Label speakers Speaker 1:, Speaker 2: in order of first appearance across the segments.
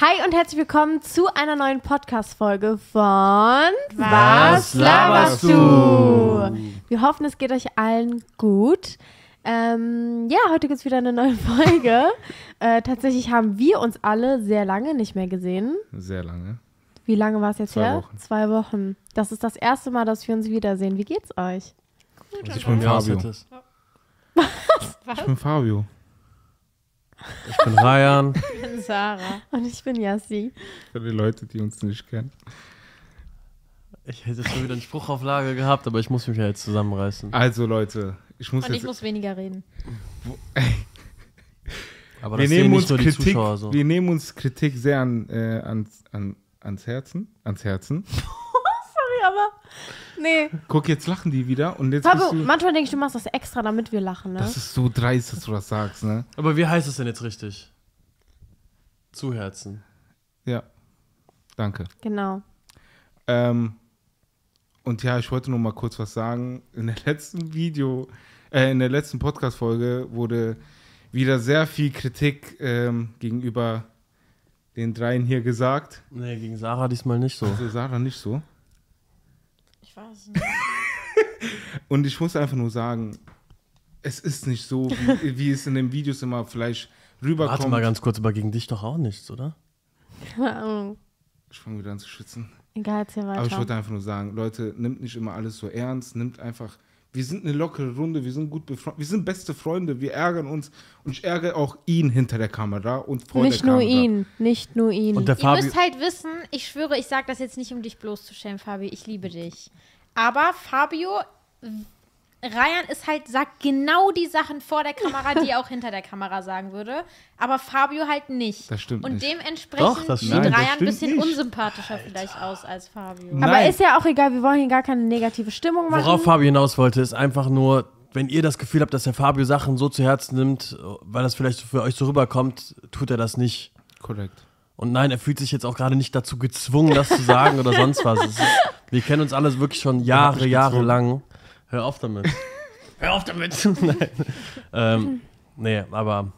Speaker 1: Hi und herzlich willkommen zu einer neuen Podcast-Folge von
Speaker 2: Was laberst du?
Speaker 1: Wir hoffen, es geht euch allen gut. Ähm, ja, heute gibt es wieder eine neue Folge. äh, tatsächlich haben wir uns alle sehr lange nicht mehr gesehen.
Speaker 2: Sehr lange.
Speaker 1: Wie lange war es jetzt
Speaker 2: Zwei
Speaker 1: her?
Speaker 2: Wochen.
Speaker 1: Zwei Wochen. Das ist das erste Mal, dass wir uns wiedersehen. Wie geht's euch?
Speaker 2: Also ich bin Fabio. Ich bin Fabio.
Speaker 3: Ich bin Ryan.
Speaker 4: Sarah.
Speaker 1: Und ich bin Yassi.
Speaker 2: Für die Leute, die uns nicht kennen.
Speaker 3: Ich hätte schon wieder einen Spruch auf Lager gehabt, aber ich muss mich ja jetzt zusammenreißen.
Speaker 2: Also Leute, ich muss
Speaker 4: Und ich
Speaker 2: jetzt.
Speaker 4: muss weniger reden.
Speaker 3: Aber
Speaker 2: wir
Speaker 3: das sehen
Speaker 2: nehmen uns
Speaker 3: nicht nur die
Speaker 2: Kritik.
Speaker 3: Zuschauer so.
Speaker 2: Wir nehmen uns Kritik sehr an, äh, ans, an, ans Herzen. Ans Herzen.
Speaker 1: Sorry, aber. Nee.
Speaker 2: Guck, jetzt lachen die wieder und jetzt
Speaker 1: Pablo,
Speaker 2: bist du.
Speaker 1: manchmal denke ich, du machst das extra, damit wir lachen, ne?
Speaker 2: Das ist so dreist, dass du das sagst, ne?
Speaker 3: Aber wie heißt es denn jetzt richtig? Zu Herzen.
Speaker 2: Ja. Danke.
Speaker 1: Genau.
Speaker 2: Ähm, und ja, ich wollte nur mal kurz was sagen. In der letzten Video, äh, in der letzten Podcast-Folge wurde wieder sehr viel Kritik ähm, gegenüber den dreien hier gesagt.
Speaker 3: Nee, gegen Sarah diesmal nicht so.
Speaker 2: Also Sarah nicht so.
Speaker 4: Ich weiß nicht.
Speaker 2: Und ich muss einfach nur sagen, es ist nicht so, wie, wie es in den Videos immer vielleicht rüberkommt.
Speaker 3: Warte mal ganz kurz, aber gegen dich doch auch nichts, oder?
Speaker 2: ich fange wieder an zu schützen.
Speaker 1: Egal, jetzt hier weiter.
Speaker 2: Aber ich wollte einfach nur sagen, Leute, nimmt nicht immer alles so ernst, nimmt einfach, wir sind eine lockere Runde, wir sind gut befreundet, wir sind beste Freunde, wir ärgern uns und ich ärgere auch ihn hinter der Kamera und vor
Speaker 1: nicht
Speaker 2: der
Speaker 1: nur
Speaker 2: Kamera.
Speaker 1: ihn, nicht nur ihn.
Speaker 3: Und der
Speaker 4: Ihr
Speaker 3: Fabio.
Speaker 4: müsst halt wissen, ich schwöre, ich sage das jetzt nicht, um dich bloßzustellen, Fabio. Ich liebe dich. Aber Fabio, Ryan ist halt, sagt genau die Sachen vor der Kamera, die er auch hinter der Kamera sagen würde. Aber Fabio halt nicht.
Speaker 2: Das stimmt
Speaker 4: Und
Speaker 2: nicht.
Speaker 4: dementsprechend
Speaker 3: Doch, das
Speaker 4: sieht
Speaker 2: stimmt. Nein, das
Speaker 4: Ryan ein
Speaker 2: stimmt
Speaker 4: bisschen
Speaker 2: nicht. Hm.
Speaker 4: unsympathischer vielleicht aus als Fabio.
Speaker 2: Na-
Speaker 1: aber
Speaker 2: Nein.
Speaker 1: ist ja auch egal, wir wollen hier gar keine negative Stimmung machen.
Speaker 3: Worauf Fabio hinaus wollte, ist einfach nur, wenn ihr das Gefühl habt, dass der Fabio Sachen so zu Herzen nimmt, weil das vielleicht für euch so rüberkommt, tut er das nicht.
Speaker 2: Korrekt.
Speaker 3: Und nein, er fühlt sich jetzt auch gerade nicht dazu gezwungen, das zu sagen oder sonst was. Es ist, wir kennen uns alle wirklich schon Jahre, Jahre lang. Hör auf damit. Hör auf damit. nein. Ähm, nee, aber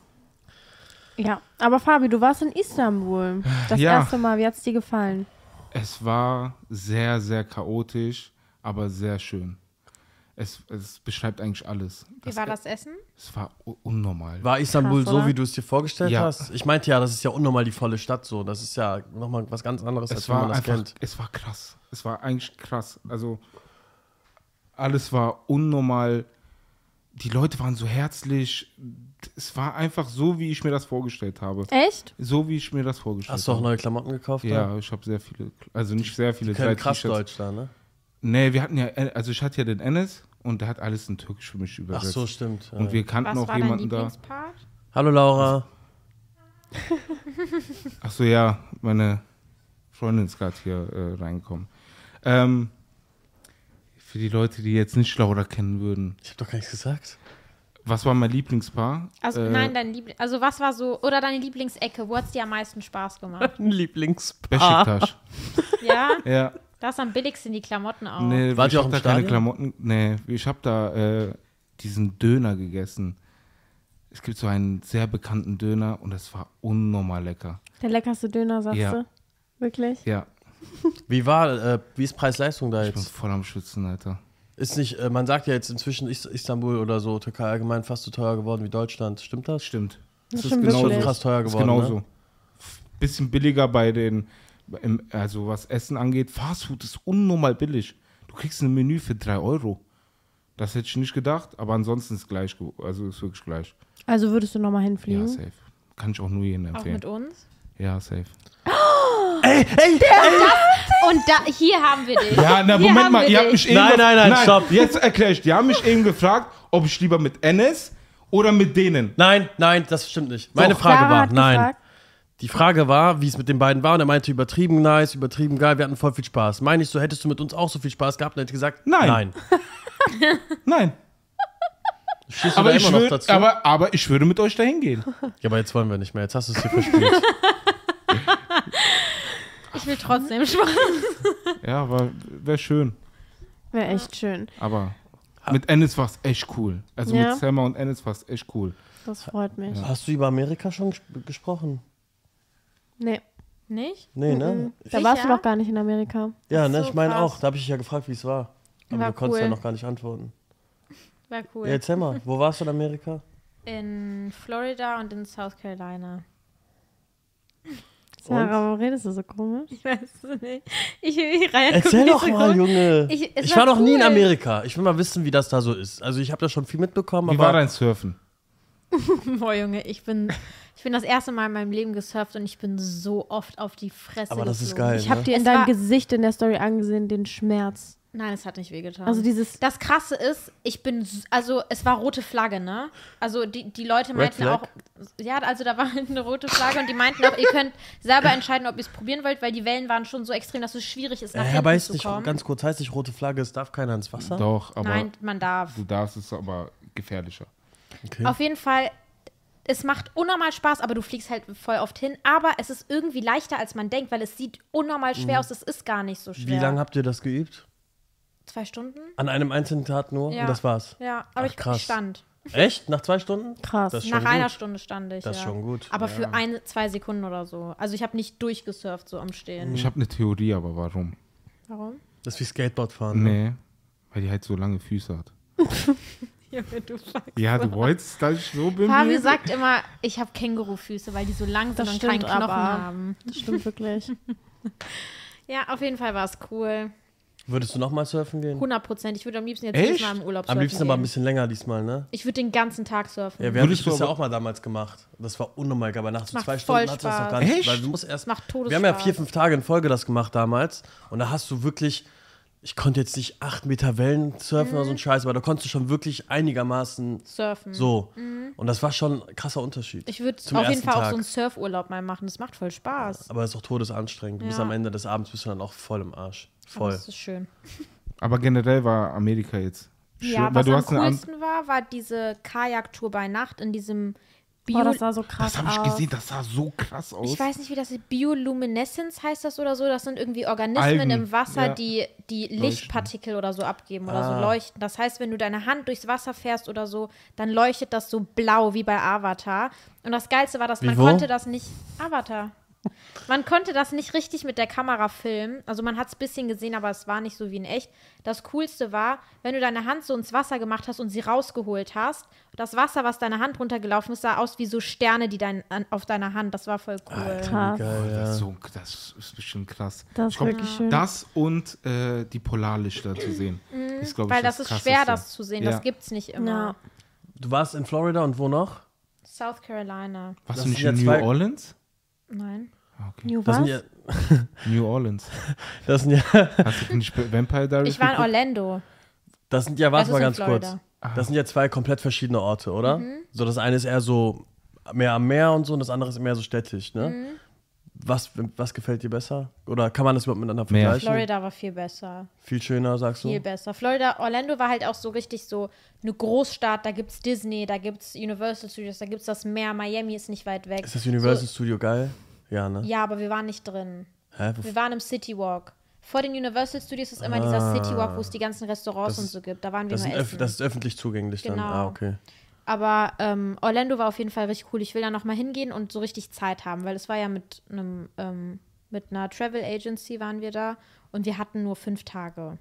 Speaker 1: ja, aber Fabio, du warst in Istanbul. Das
Speaker 2: Ja.
Speaker 1: erste Mal, wie hat es dir gefallen?
Speaker 2: Es war sehr, sehr chaotisch, aber sehr schön. Es, es beschreibt eigentlich alles.
Speaker 4: Wie war das Essen?
Speaker 2: Es war u- unnormal.
Speaker 3: war Istanbul
Speaker 1: Krass, oder?
Speaker 3: so, wie du es dir vorgestellt
Speaker 2: Ja.
Speaker 3: hast? Ich meinte ja, das ist ja unnormal die volle Stadt so. Das ist ja nochmal was ganz anderes, als
Speaker 2: es
Speaker 3: wenn man
Speaker 2: war
Speaker 3: das
Speaker 2: einfach,
Speaker 3: kennt.
Speaker 2: es war krass. Es war eigentlich krass. Also alles war unnormal. Die Leute waren so herzlich. Es war einfach so, wie ich mir das vorgestellt habe.
Speaker 1: Echt?
Speaker 2: So wie ich mir das vorgestellt
Speaker 3: Hast du auch
Speaker 2: habe.
Speaker 3: neue Klamotten gekauft? da?
Speaker 2: Ja, ich habe sehr viele, also nicht sehr viele.
Speaker 3: Die können
Speaker 2: drei
Speaker 3: krass
Speaker 2: T-Shirts.
Speaker 3: Deutsch da, ne?
Speaker 2: Nee, wir hatten ja, also ich hatte ja den Ennis und der hat alles in Türkisch für mich
Speaker 3: Ach
Speaker 2: übersetzt.
Speaker 3: so, stimmt. Ja.
Speaker 2: Und wir kannten
Speaker 4: Was
Speaker 2: auch
Speaker 4: war dein
Speaker 2: jemanden da.
Speaker 4: Lieblingspart?
Speaker 3: Hallo Laura.
Speaker 2: Ach so, ja, meine Freundin ist gerade hier äh, reingekommen. Ähm, für die Leute, die jetzt nicht Laura kennen würden,
Speaker 3: Ich habe doch gar nichts gesagt.
Speaker 2: Was war mein Lieblingspaar? Äh,
Speaker 4: Also, nein, dein Liebling. Also, was war so. Oder deine Lieblingsecke? Wo hat es dir am meisten Spaß gemacht?
Speaker 3: Ein Lieblingspaar.
Speaker 2: Besiktas.
Speaker 4: Ah. ja?
Speaker 2: Ja.
Speaker 4: Da ist am billigsten die Klamotten auch.
Speaker 2: Nee,
Speaker 3: Wart
Speaker 2: ich
Speaker 3: ihr
Speaker 2: hab
Speaker 3: auch im
Speaker 2: da keine
Speaker 3: Stadion?
Speaker 2: Klamotten. Nee, ich habe da äh, diesen Döner gegessen. Es gibt so einen sehr bekannten Döner und das war unnormal lecker.
Speaker 1: Der leckerste Döner, sagst
Speaker 2: Ja.
Speaker 1: du? Wirklich?
Speaker 2: Ja,
Speaker 3: Wie war, äh, wie ist Preis-Leistung da
Speaker 2: ich bin
Speaker 3: jetzt?
Speaker 2: voll am Schützen, Alter.
Speaker 3: Ist nicht, äh, man sagt ja jetzt inzwischen ist Istanbul oder so, Türkei allgemein fast so teuer geworden wie Deutschland. Stimmt das?
Speaker 2: Stimmt.
Speaker 1: Das
Speaker 2: ist
Speaker 1: stimmt
Speaker 2: genauso.
Speaker 1: wirklich.
Speaker 3: Krass teuer
Speaker 2: Ist
Speaker 3: geworden.
Speaker 2: genauso.
Speaker 3: Ne?
Speaker 2: Bisschen billiger bei den, im, also was Essen angeht. Fastfood ist unnormal billig. Du kriegst ein Menü für 3 Euro. Das hätte ich nicht gedacht, aber ansonsten ist gleich, gew- also ist wirklich gleich.
Speaker 1: Also würdest du nochmal
Speaker 2: Ja,
Speaker 1: hinfliegen?
Speaker 2: safe. Kann ich auch nur jedem
Speaker 4: Mhm. Auch
Speaker 2: empfehlen.
Speaker 4: mit uns.
Speaker 2: Ja, safe.
Speaker 4: Und da, hier haben wir dich.
Speaker 2: Ja, na,
Speaker 4: hier
Speaker 2: Moment
Speaker 4: haben
Speaker 2: mal,
Speaker 4: wir
Speaker 2: ihr habt
Speaker 4: dich.
Speaker 2: mich eben.
Speaker 3: Nein,
Speaker 2: gef-
Speaker 3: nein, nein, stopp.
Speaker 2: Jetzt erkläre ich. Die haben mich eben gefragt, ob ich lieber mit Ennis oder mit denen.
Speaker 3: Nein, nein, das stimmt nicht. Meine
Speaker 1: Doch.
Speaker 3: Frage
Speaker 1: Sarah
Speaker 3: war,
Speaker 1: hat
Speaker 3: nein.
Speaker 1: gefragt.
Speaker 3: Die Frage war, wie es mit den beiden war und er meinte übertrieben nice, übertrieben geil, wir hatten voll viel Spaß. Meine ich so, hättest du mit uns auch so viel Spaß gehabt? Dann hätte ich gesagt,
Speaker 2: Nein.
Speaker 3: nein.
Speaker 2: Nein.
Speaker 3: Stehst du
Speaker 2: Aber
Speaker 3: da
Speaker 2: ich,
Speaker 3: immer noch
Speaker 2: würd,
Speaker 3: dazu?
Speaker 2: aber, aber ich würde mit euch dahin gehen.
Speaker 3: ja, aber jetzt wollen wir nicht mehr. Jetzt hast du es dir verspielt.
Speaker 4: Ich will trotzdem Spaß.
Speaker 2: Ja, wäre schön.
Speaker 1: Wäre echt schön.
Speaker 2: Aber mit Ennis war es echt cool. Also
Speaker 1: Ja.
Speaker 2: mit Selma und Ennis war es echt cool.
Speaker 1: Das freut mich.
Speaker 3: hast du über Amerika schon ges- gesprochen?
Speaker 1: Nee.
Speaker 4: Nicht?
Speaker 3: Nee, ne?
Speaker 1: Da warst du
Speaker 4: Sicher?
Speaker 1: doch gar nicht in Amerika.
Speaker 3: Ja, ne,
Speaker 4: so,
Speaker 3: ich meine
Speaker 4: krass.
Speaker 3: auch. Da habe ich dich ja gefragt, wie es war. Aber
Speaker 4: War
Speaker 3: du konntest ja
Speaker 4: cool.
Speaker 3: noch gar nicht antworten.
Speaker 4: War cool.
Speaker 3: Ja, erzähl mal, wo warst du in Amerika?
Speaker 4: In Florida und in South Carolina.
Speaker 1: Sarah, warum redest du so komisch?
Speaker 4: Ich weiß es nicht. Ich, ich Ryan guckt
Speaker 3: Erzähl
Speaker 4: mich
Speaker 3: doch
Speaker 4: so
Speaker 3: mal,
Speaker 4: komisch.
Speaker 3: Junge.
Speaker 4: Ich-
Speaker 3: Ich,
Speaker 4: es
Speaker 3: war
Speaker 4: war
Speaker 3: noch nie in
Speaker 4: cool.
Speaker 3: Amerika. Ich will mal wissen, wie das da so ist. Also ich habe da schon viel mitbekommen,
Speaker 2: Wie
Speaker 3: aber
Speaker 2: war dein Surfen?
Speaker 4: Boah, Junge, ich bin, ich bin das erste Mal in meinem Leben gesurft und ich bin so oft auf die Fresse
Speaker 3: Aber das ist
Speaker 4: geflogen.
Speaker 3: geil,
Speaker 4: Ich
Speaker 1: Ich
Speaker 4: hab,
Speaker 1: habe dir in
Speaker 4: Es
Speaker 1: deinem
Speaker 4: war-
Speaker 1: Gesicht in der Story angesehen den Schmerz.
Speaker 4: Nein, es hat nicht wehgetan.
Speaker 1: Also dieses-
Speaker 4: das Krasse ist, ich bin, s- also es war rote Flagge, ne? Also die, die Leute meinten
Speaker 3: Flag?
Speaker 4: auch, ja, also da war halt eine rote Flagge und die meinten auch, ihr könnt selber entscheiden, ob ihr es probieren wollt, weil die Wellen waren schon so extrem, dass es schwierig ist, nach
Speaker 3: äh,
Speaker 4: hinten
Speaker 3: aber ist
Speaker 4: zu
Speaker 3: nicht,
Speaker 4: kommen.
Speaker 3: ganz kurz, heißt nicht rote Flagge, es darf keiner ins Wasser?
Speaker 2: Doch, aber
Speaker 4: Nein, Mhm. man darf.
Speaker 2: du darfst es aber gefährlicher.
Speaker 3: Okay.
Speaker 4: Auf jeden Fall, es macht unnormal Spaß, aber du fliegst halt voll oft hin. Aber es ist irgendwie leichter, als man denkt, weil es sieht unnormal schwer aus. Es ist gar nicht so schwer.
Speaker 3: Mhm. wie lange habt ihr das geübt?
Speaker 4: Zwei Stunden?
Speaker 3: An einem einzelnen Tag nur?
Speaker 4: Ja.
Speaker 3: Und das war's?
Speaker 4: Ja,
Speaker 3: Ach,
Speaker 4: aber ich,
Speaker 3: krass.
Speaker 4: ich stand.
Speaker 3: Echt? Nach zwei Stunden?
Speaker 1: Krass.
Speaker 3: Das ist
Speaker 4: Nach
Speaker 3: schon
Speaker 4: einer
Speaker 3: gut.
Speaker 4: Stunde stand ich.
Speaker 3: Das
Speaker 4: ja.
Speaker 3: ist schon gut.
Speaker 4: Aber für ein, zwei Sekunden oder so. Also ich habe nicht durchgesurft so am Stehen.
Speaker 3: Mhm.
Speaker 2: Ich habe eine Theorie, aber warum?
Speaker 4: Warum?
Speaker 3: Das ist wie Skateboard fahren. ne?
Speaker 2: Nee, weil die halt so lange Füße hat.
Speaker 4: Ja, du fuck.
Speaker 2: Ja, du wolltest, dass ich so bin?
Speaker 4: Fabi sagt immer, ich habe Kängurufüße, weil die so lang sind
Speaker 1: Das
Speaker 4: und keinen
Speaker 1: stimmt
Speaker 4: Knochen
Speaker 1: aber.
Speaker 4: haben.
Speaker 1: Das stimmt wirklich.
Speaker 4: Ja, auf jeden Fall war es cool.
Speaker 3: Würdest du nochmal surfen gehen?
Speaker 4: 100%. Ich würde am liebsten jetzt
Speaker 2: Echt?
Speaker 4: jedes Mal im Urlaub surfen
Speaker 3: Am liebsten
Speaker 4: gehen.
Speaker 3: aber ein bisschen länger diesmal, ne?
Speaker 4: Ich würde den ganzen Tag surfen.
Speaker 3: Ja, wir haben
Speaker 2: Würdest du
Speaker 3: das ja
Speaker 2: aber-
Speaker 3: auch mal damals gemacht. Das war unnormal, geil, aber nach so
Speaker 4: macht
Speaker 3: zwei
Speaker 4: voll
Speaker 3: Stunden hat das noch gar
Speaker 4: Spaß.
Speaker 3: nicht.
Speaker 2: Echt?
Speaker 3: Weil du musst erst,
Speaker 4: macht Todesspaß.
Speaker 3: wir haben ja vier, fünf Tage in Folge das gemacht damals und da hast du wirklich, ich konnte jetzt nicht acht Meter Wellen surfen oder so
Speaker 4: Mhm.
Speaker 3: ein Scheiß, aber da konntest du schon wirklich einigermaßen
Speaker 4: Surfen.
Speaker 3: so. Und das war schon ein krasser Unterschied.
Speaker 4: Mhm. Ich würde
Speaker 3: Zum
Speaker 4: auf jeden
Speaker 3: ersten
Speaker 4: Fall auch
Speaker 3: Tag.
Speaker 4: so einen Surfurlaub mal machen. Das macht voll Spaß.
Speaker 3: aber es ist auch todesanstrengend. Du bist
Speaker 4: Ja.
Speaker 3: am Ende des Abends bist du dann auch voll im Arsch.
Speaker 4: Aber
Speaker 3: Voll.
Speaker 4: Das ist schön.
Speaker 2: Aber generell war Amerika jetzt schön.
Speaker 4: Ja,
Speaker 2: weil
Speaker 4: was
Speaker 2: du
Speaker 4: am
Speaker 2: hast eine an-
Speaker 4: coolsten war, war diese Kajaktour bei Nacht in diesem Bio.
Speaker 1: Boah, das sah so krass
Speaker 2: Das habe ich
Speaker 1: aus.
Speaker 2: gesehen, das sah so krass aus.
Speaker 4: ich weiß nicht, wie das ist. Bioluminescence heißt das oder so. Das sind irgendwie Organismen
Speaker 2: Algen,
Speaker 4: im Wasser,
Speaker 2: ja.
Speaker 4: die, die Lichtpartikel oder so abgeben oder
Speaker 3: Ah.
Speaker 4: so leuchten. Das heißt, wenn du deine Hand durchs Wasser fährst oder so, dann leuchtet das so blau wie bei Avatar. Und das Geilste war, dass
Speaker 3: Wie
Speaker 4: man
Speaker 3: wo?
Speaker 4: konnte das nicht. Avatar. Man konnte das nicht richtig mit der Kamera filmen. Also man hat es ein bisschen gesehen, aber es war nicht so wie in echt. Das Coolste war, wenn du deine Hand so ins Wasser gemacht hast und sie rausgeholt hast, das Wasser, was deine Hand runtergelaufen ist, sah aus wie so Sterne, die dein, an, auf deiner Hand. Das war voll cool.
Speaker 1: Krass.
Speaker 2: Oh,
Speaker 3: Geil,
Speaker 2: das,
Speaker 3: ja.
Speaker 2: ist so, das ist bestimmt krass.
Speaker 1: Das
Speaker 2: ich
Speaker 1: ist
Speaker 2: glaub,
Speaker 1: wirklich schön.
Speaker 2: das und äh, die Polarlichter zu sehen. ist, glaub ich,
Speaker 4: Mhm. Weil das, ist schwer,
Speaker 2: Krasseste.
Speaker 4: das zu sehen.
Speaker 2: Ja.
Speaker 4: Das gibt's nicht
Speaker 1: Ja.
Speaker 4: immer.
Speaker 3: Du warst in Florida und wo noch?
Speaker 4: South Carolina.
Speaker 2: Warst
Speaker 3: Das
Speaker 2: du nicht
Speaker 3: sind
Speaker 2: in
Speaker 3: ja
Speaker 2: New
Speaker 3: zwei-
Speaker 2: Orleans?
Speaker 4: Nein.
Speaker 2: Ah, Okay.
Speaker 1: New
Speaker 3: Das sind,
Speaker 1: was?
Speaker 3: ja,
Speaker 2: New Orleans.
Speaker 3: das sind ja
Speaker 2: Hast du nicht Vampire Diaries
Speaker 4: Ich war in
Speaker 2: geguckt?
Speaker 4: Orlando.
Speaker 3: Das sind ja, warte
Speaker 4: Also
Speaker 3: mal
Speaker 4: es
Speaker 3: ganz
Speaker 4: ist in
Speaker 3: kurz.
Speaker 4: Florida.
Speaker 2: Ah.
Speaker 4: Mhm.
Speaker 3: Das sind ja zwei komplett verschiedene Orte, oder? So, das eine ist eher so mehr am Meer und so und das andere ist mehr so städtisch, ne?
Speaker 4: Mhm.
Speaker 3: Was, was gefällt dir besser? Oder kann man das überhaupt miteinander
Speaker 2: Meer.
Speaker 3: vergleichen?
Speaker 4: Florida war viel besser.
Speaker 3: Viel schöner, sagst du?
Speaker 4: Viel besser. Florida, Orlando war halt auch so richtig so eine Großstadt. Da gibt's Disney, da gibt's Universal Studios, da gibt's das Meer. Miami ist nicht weit weg.
Speaker 3: Ist das Universal
Speaker 4: So,
Speaker 3: Studio geil? Ja, ne?
Speaker 4: ja, aber wir waren nicht drin.
Speaker 3: Hä? Wo-
Speaker 4: Wir waren im City Walk. Vor den Universal Studios ist immer dieser City Walk, wo es die ganzen Restaurants
Speaker 3: Ah. Das-
Speaker 4: und so gibt. Da waren wir
Speaker 3: Das,
Speaker 4: nur
Speaker 3: sind öff-
Speaker 4: essen.
Speaker 3: das ist öffentlich zugänglich dann.
Speaker 4: Genau.
Speaker 3: Ah, okay.
Speaker 4: Aber ähm, Orlando war auf jeden Fall richtig cool. Ich will da nochmal hingehen und so richtig Zeit haben, weil es war ja mit einem, ähm, mit einer Travel Agency waren wir da und wir hatten nur fünf Tage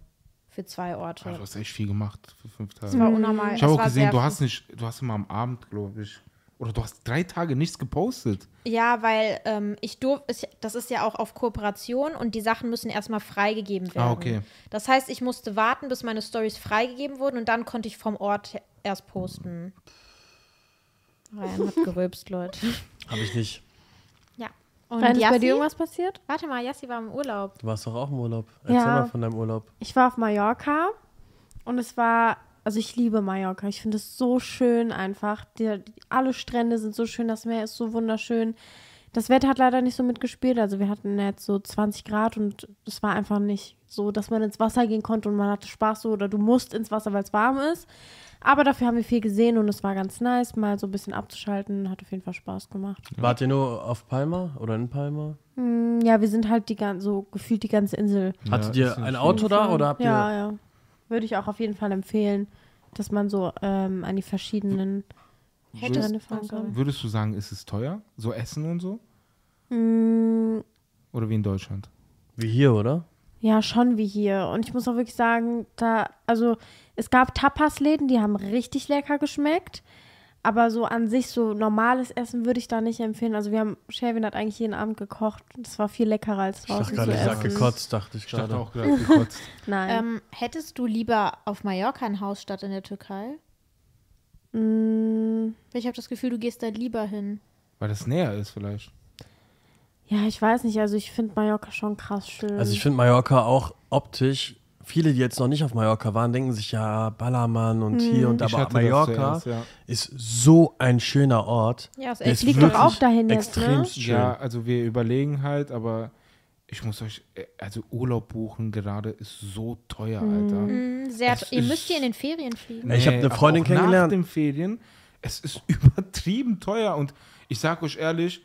Speaker 4: für zwei Orte.
Speaker 2: Ah, du hast echt viel gemacht für fünf Tage.
Speaker 4: das
Speaker 1: Mhm.
Speaker 4: war unnormal.
Speaker 2: Ich
Speaker 4: Es
Speaker 2: habe auch
Speaker 4: war
Speaker 2: gesehen,
Speaker 4: sehr
Speaker 2: du
Speaker 4: viel-
Speaker 2: hast nicht, du hast immer am Abend, glaube ich, oder du hast drei Tage nichts gepostet.
Speaker 4: Ja, weil ähm, ich durfte, das ist ja auch auf Kooperation und die Sachen müssen erstmal freigegeben werden.
Speaker 2: Ah, okay.
Speaker 4: Das heißt, ich musste warten, bis meine Stories freigegeben wurden und dann konnte ich vom Ort her- erst posten. Ryan hat geröbst, Leute.
Speaker 3: Habe ich nicht.
Speaker 4: Ja. Und
Speaker 1: Rein, ist bei dir
Speaker 4: Yassi?
Speaker 1: irgendwas passiert?
Speaker 4: Warte mal, Yassi war im Urlaub.
Speaker 3: Du warst doch auch im Urlaub. Erzähl
Speaker 1: Ja.
Speaker 3: mal von deinem Urlaub.
Speaker 1: Ich war auf Mallorca und es war, also ich liebe Mallorca. Ich finde es so schön einfach. Die, die, alle Strände sind so schön, das Meer ist so wunderschön. Das Wetter hat leider nicht so mitgespielt. Also wir hatten jetzt so 20 Grad und es war einfach nicht so, dass man ins Wasser gehen konnte und man hatte Spaß so oder du musst ins Wasser, weil es warm ist. Aber dafür haben wir viel gesehen und es war ganz nice, mal so ein bisschen abzuschalten. Hat auf jeden Fall Spaß gemacht.
Speaker 3: Wart ihr nur auf Palma oder in Palma?
Speaker 1: Hm, Ja, wir sind halt die gan- so gefühlt die ganze Insel
Speaker 3: Hattet
Speaker 2: Ja,
Speaker 3: ihr
Speaker 2: ist ja
Speaker 3: ein
Speaker 2: schön.
Speaker 3: Auto da oder habt ihr.
Speaker 1: ja, ja. Würde ich auch auf jeden Fall empfehlen, dass man so ähm, an die
Speaker 3: Mhm.
Speaker 1: verschiedenen Strände fahren
Speaker 4: also-
Speaker 1: kann.
Speaker 4: Mm.
Speaker 2: Würdest du sagen, ist es teuer? So Essen und so? Oder wie in Deutschland?
Speaker 3: Wie hier, oder?
Speaker 1: Ja, schon wie hier. Und ich muss auch wirklich sagen, da, also es gab Tapas-Läden, die haben richtig lecker geschmeckt. Aber so an sich, so normales Essen würde ich da nicht empfehlen. Also wir haben, Sherwin hat eigentlich jeden Abend gekocht. Das war viel leckerer als
Speaker 3: Ich dachte
Speaker 1: draußen
Speaker 3: gerade,
Speaker 1: zu
Speaker 3: ich sag
Speaker 1: essen.
Speaker 3: gekotzt, dachte ich
Speaker 2: Ich dachte
Speaker 3: gerade.
Speaker 2: auch gerade gekotzt.
Speaker 1: Nein.
Speaker 4: Ähm, hättest du lieber auf Mallorca ein Haus statt in der Türkei? Weil Ich habe das Gefühl, du gehst da lieber hin.
Speaker 2: Weil das näher ist vielleicht.
Speaker 1: Ja, ich weiß nicht. Also ich finde Mallorca schon krass schön.
Speaker 3: Also ich finde Mallorca auch optisch, viele, die jetzt noch nicht auf Mallorca waren, denken sich, ja, Ballermann und
Speaker 1: Mhm.
Speaker 3: hier und da.
Speaker 2: Ich
Speaker 3: Aber
Speaker 2: hatte das
Speaker 3: Mallorca
Speaker 2: zuerst, ja.
Speaker 3: ist so ein schöner Ort.
Speaker 4: Ja, es
Speaker 3: Der ist
Speaker 1: fliegt doch
Speaker 3: wirklich
Speaker 1: auch dahin jetzt, ne?
Speaker 3: extremst Schön.
Speaker 2: Ja, also wir überlegen halt, aber ich muss euch, äh, also Urlaub buchen gerade ist so teuer, Alter.
Speaker 4: Mm, Sehr,
Speaker 2: Es
Speaker 4: ihr
Speaker 2: ist-
Speaker 4: müsst hier in den Ferien fliegen.
Speaker 3: Ich hab eine
Speaker 2: aber
Speaker 3: Freundin
Speaker 2: auch
Speaker 3: kennengelernt.
Speaker 2: Nach den Ferien, es ist übertrieben teuer und ich sag euch ehrlich,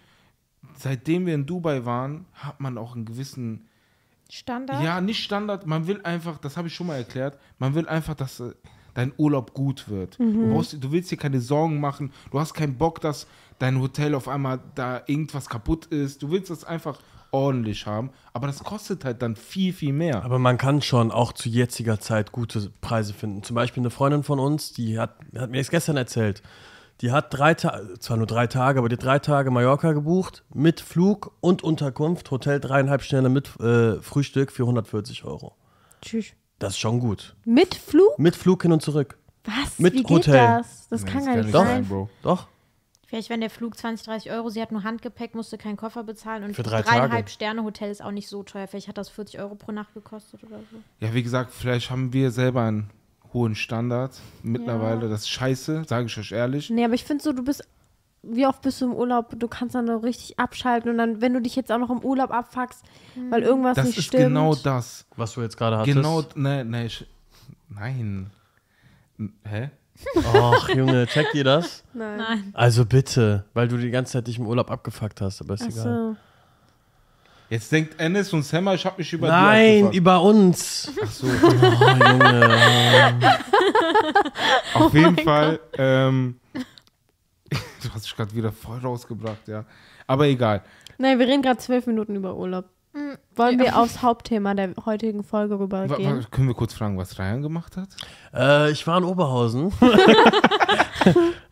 Speaker 2: seitdem wir in Dubai waren, hat man auch einen gewissen,
Speaker 4: Standard?
Speaker 2: ja, nicht Standard, man will einfach, das habe ich schon mal erklärt, man will einfach, dass äh, dein Urlaub gut wird.
Speaker 1: Mhm.
Speaker 2: Du, brauchst, du willst dir keine Sorgen machen, du hast keinen Bock, dass dein Hotel auf einmal da irgendwas kaputt ist. Du willst das einfach ordentlich haben, aber das kostet halt dann viel, viel mehr.
Speaker 3: Aber man kann schon auch zu jetziger Zeit gute Preise finden. Zum Beispiel eine Freundin von uns, die hat, hat mir das gestern erzählt, die hat drei Tage, zwar nur drei Tage, aber die hat drei Tage Mallorca gebucht mit Flug und Unterkunft, Hotel dreieinhalb Sterne mit äh, Frühstück für 140 Euro.
Speaker 1: Tschüss.
Speaker 3: Das ist schon gut.
Speaker 1: Mit Flug?
Speaker 3: Mit Flug hin und zurück.
Speaker 1: Was?
Speaker 3: Mit
Speaker 1: Wie geht
Speaker 3: Hotel.
Speaker 1: das? Das
Speaker 2: Nee,
Speaker 1: kann
Speaker 2: das
Speaker 1: gar
Speaker 2: kann
Speaker 1: nicht
Speaker 2: nicht
Speaker 1: sein.
Speaker 2: sein. Bro.
Speaker 3: Doch.
Speaker 4: Vielleicht, wenn der Flug 20, 30 Euro, sie hat nur Handgepäck, musste keinen Koffer bezahlen und
Speaker 3: Für drei
Speaker 4: dreieinhalb
Speaker 3: Tage.
Speaker 4: Sterne Hotel ist auch nicht so teuer. Vielleicht hat das 40 Euro pro Nacht gekostet oder so.
Speaker 2: Ja, wie gesagt, vielleicht haben wir selber einen hohen Standard mittlerweile. Das ist scheiße, sage ich euch ehrlich.
Speaker 1: Nee, aber ich finde so, du bist. Wie oft bist du im Urlaub? Du kannst dann noch richtig abschalten und dann, wenn du dich jetzt auch noch im Urlaub abfuckst,
Speaker 4: Mhm.
Speaker 1: weil irgendwas
Speaker 2: Das
Speaker 1: nicht
Speaker 2: ist
Speaker 1: stimmt.
Speaker 2: genau das.
Speaker 3: Was du jetzt gerade hattest.
Speaker 2: Genau, ne, ne, ich, nein. N- Hä?
Speaker 3: Ach, Junge, checkt ihr das?
Speaker 1: Nein.
Speaker 3: Also bitte, weil du die ganze Zeit dich im Urlaub abgefuckt hast, aber ist
Speaker 1: Ach
Speaker 3: egal.
Speaker 1: so.
Speaker 2: Jetzt denkt Ennis und Sammer, ich hab mich über die
Speaker 3: Nein,
Speaker 2: aufgefuckt.
Speaker 3: über uns.
Speaker 2: Ach so.
Speaker 3: Oh, Junge.
Speaker 2: Auf jeden Fall, ähm, du hast dich gerade wieder voll rausgebracht, ja. Aber egal.
Speaker 1: Nein, wir reden gerade zwölf Minuten über Urlaub.
Speaker 4: Mhm.
Speaker 1: Wollen wir aufs Hauptthema der heutigen Folge
Speaker 2: Wa-
Speaker 1: rübergehen?
Speaker 2: wa- können wir kurz fragen, was Ryan gemacht hat?
Speaker 3: Äh, ich war in Oberhausen.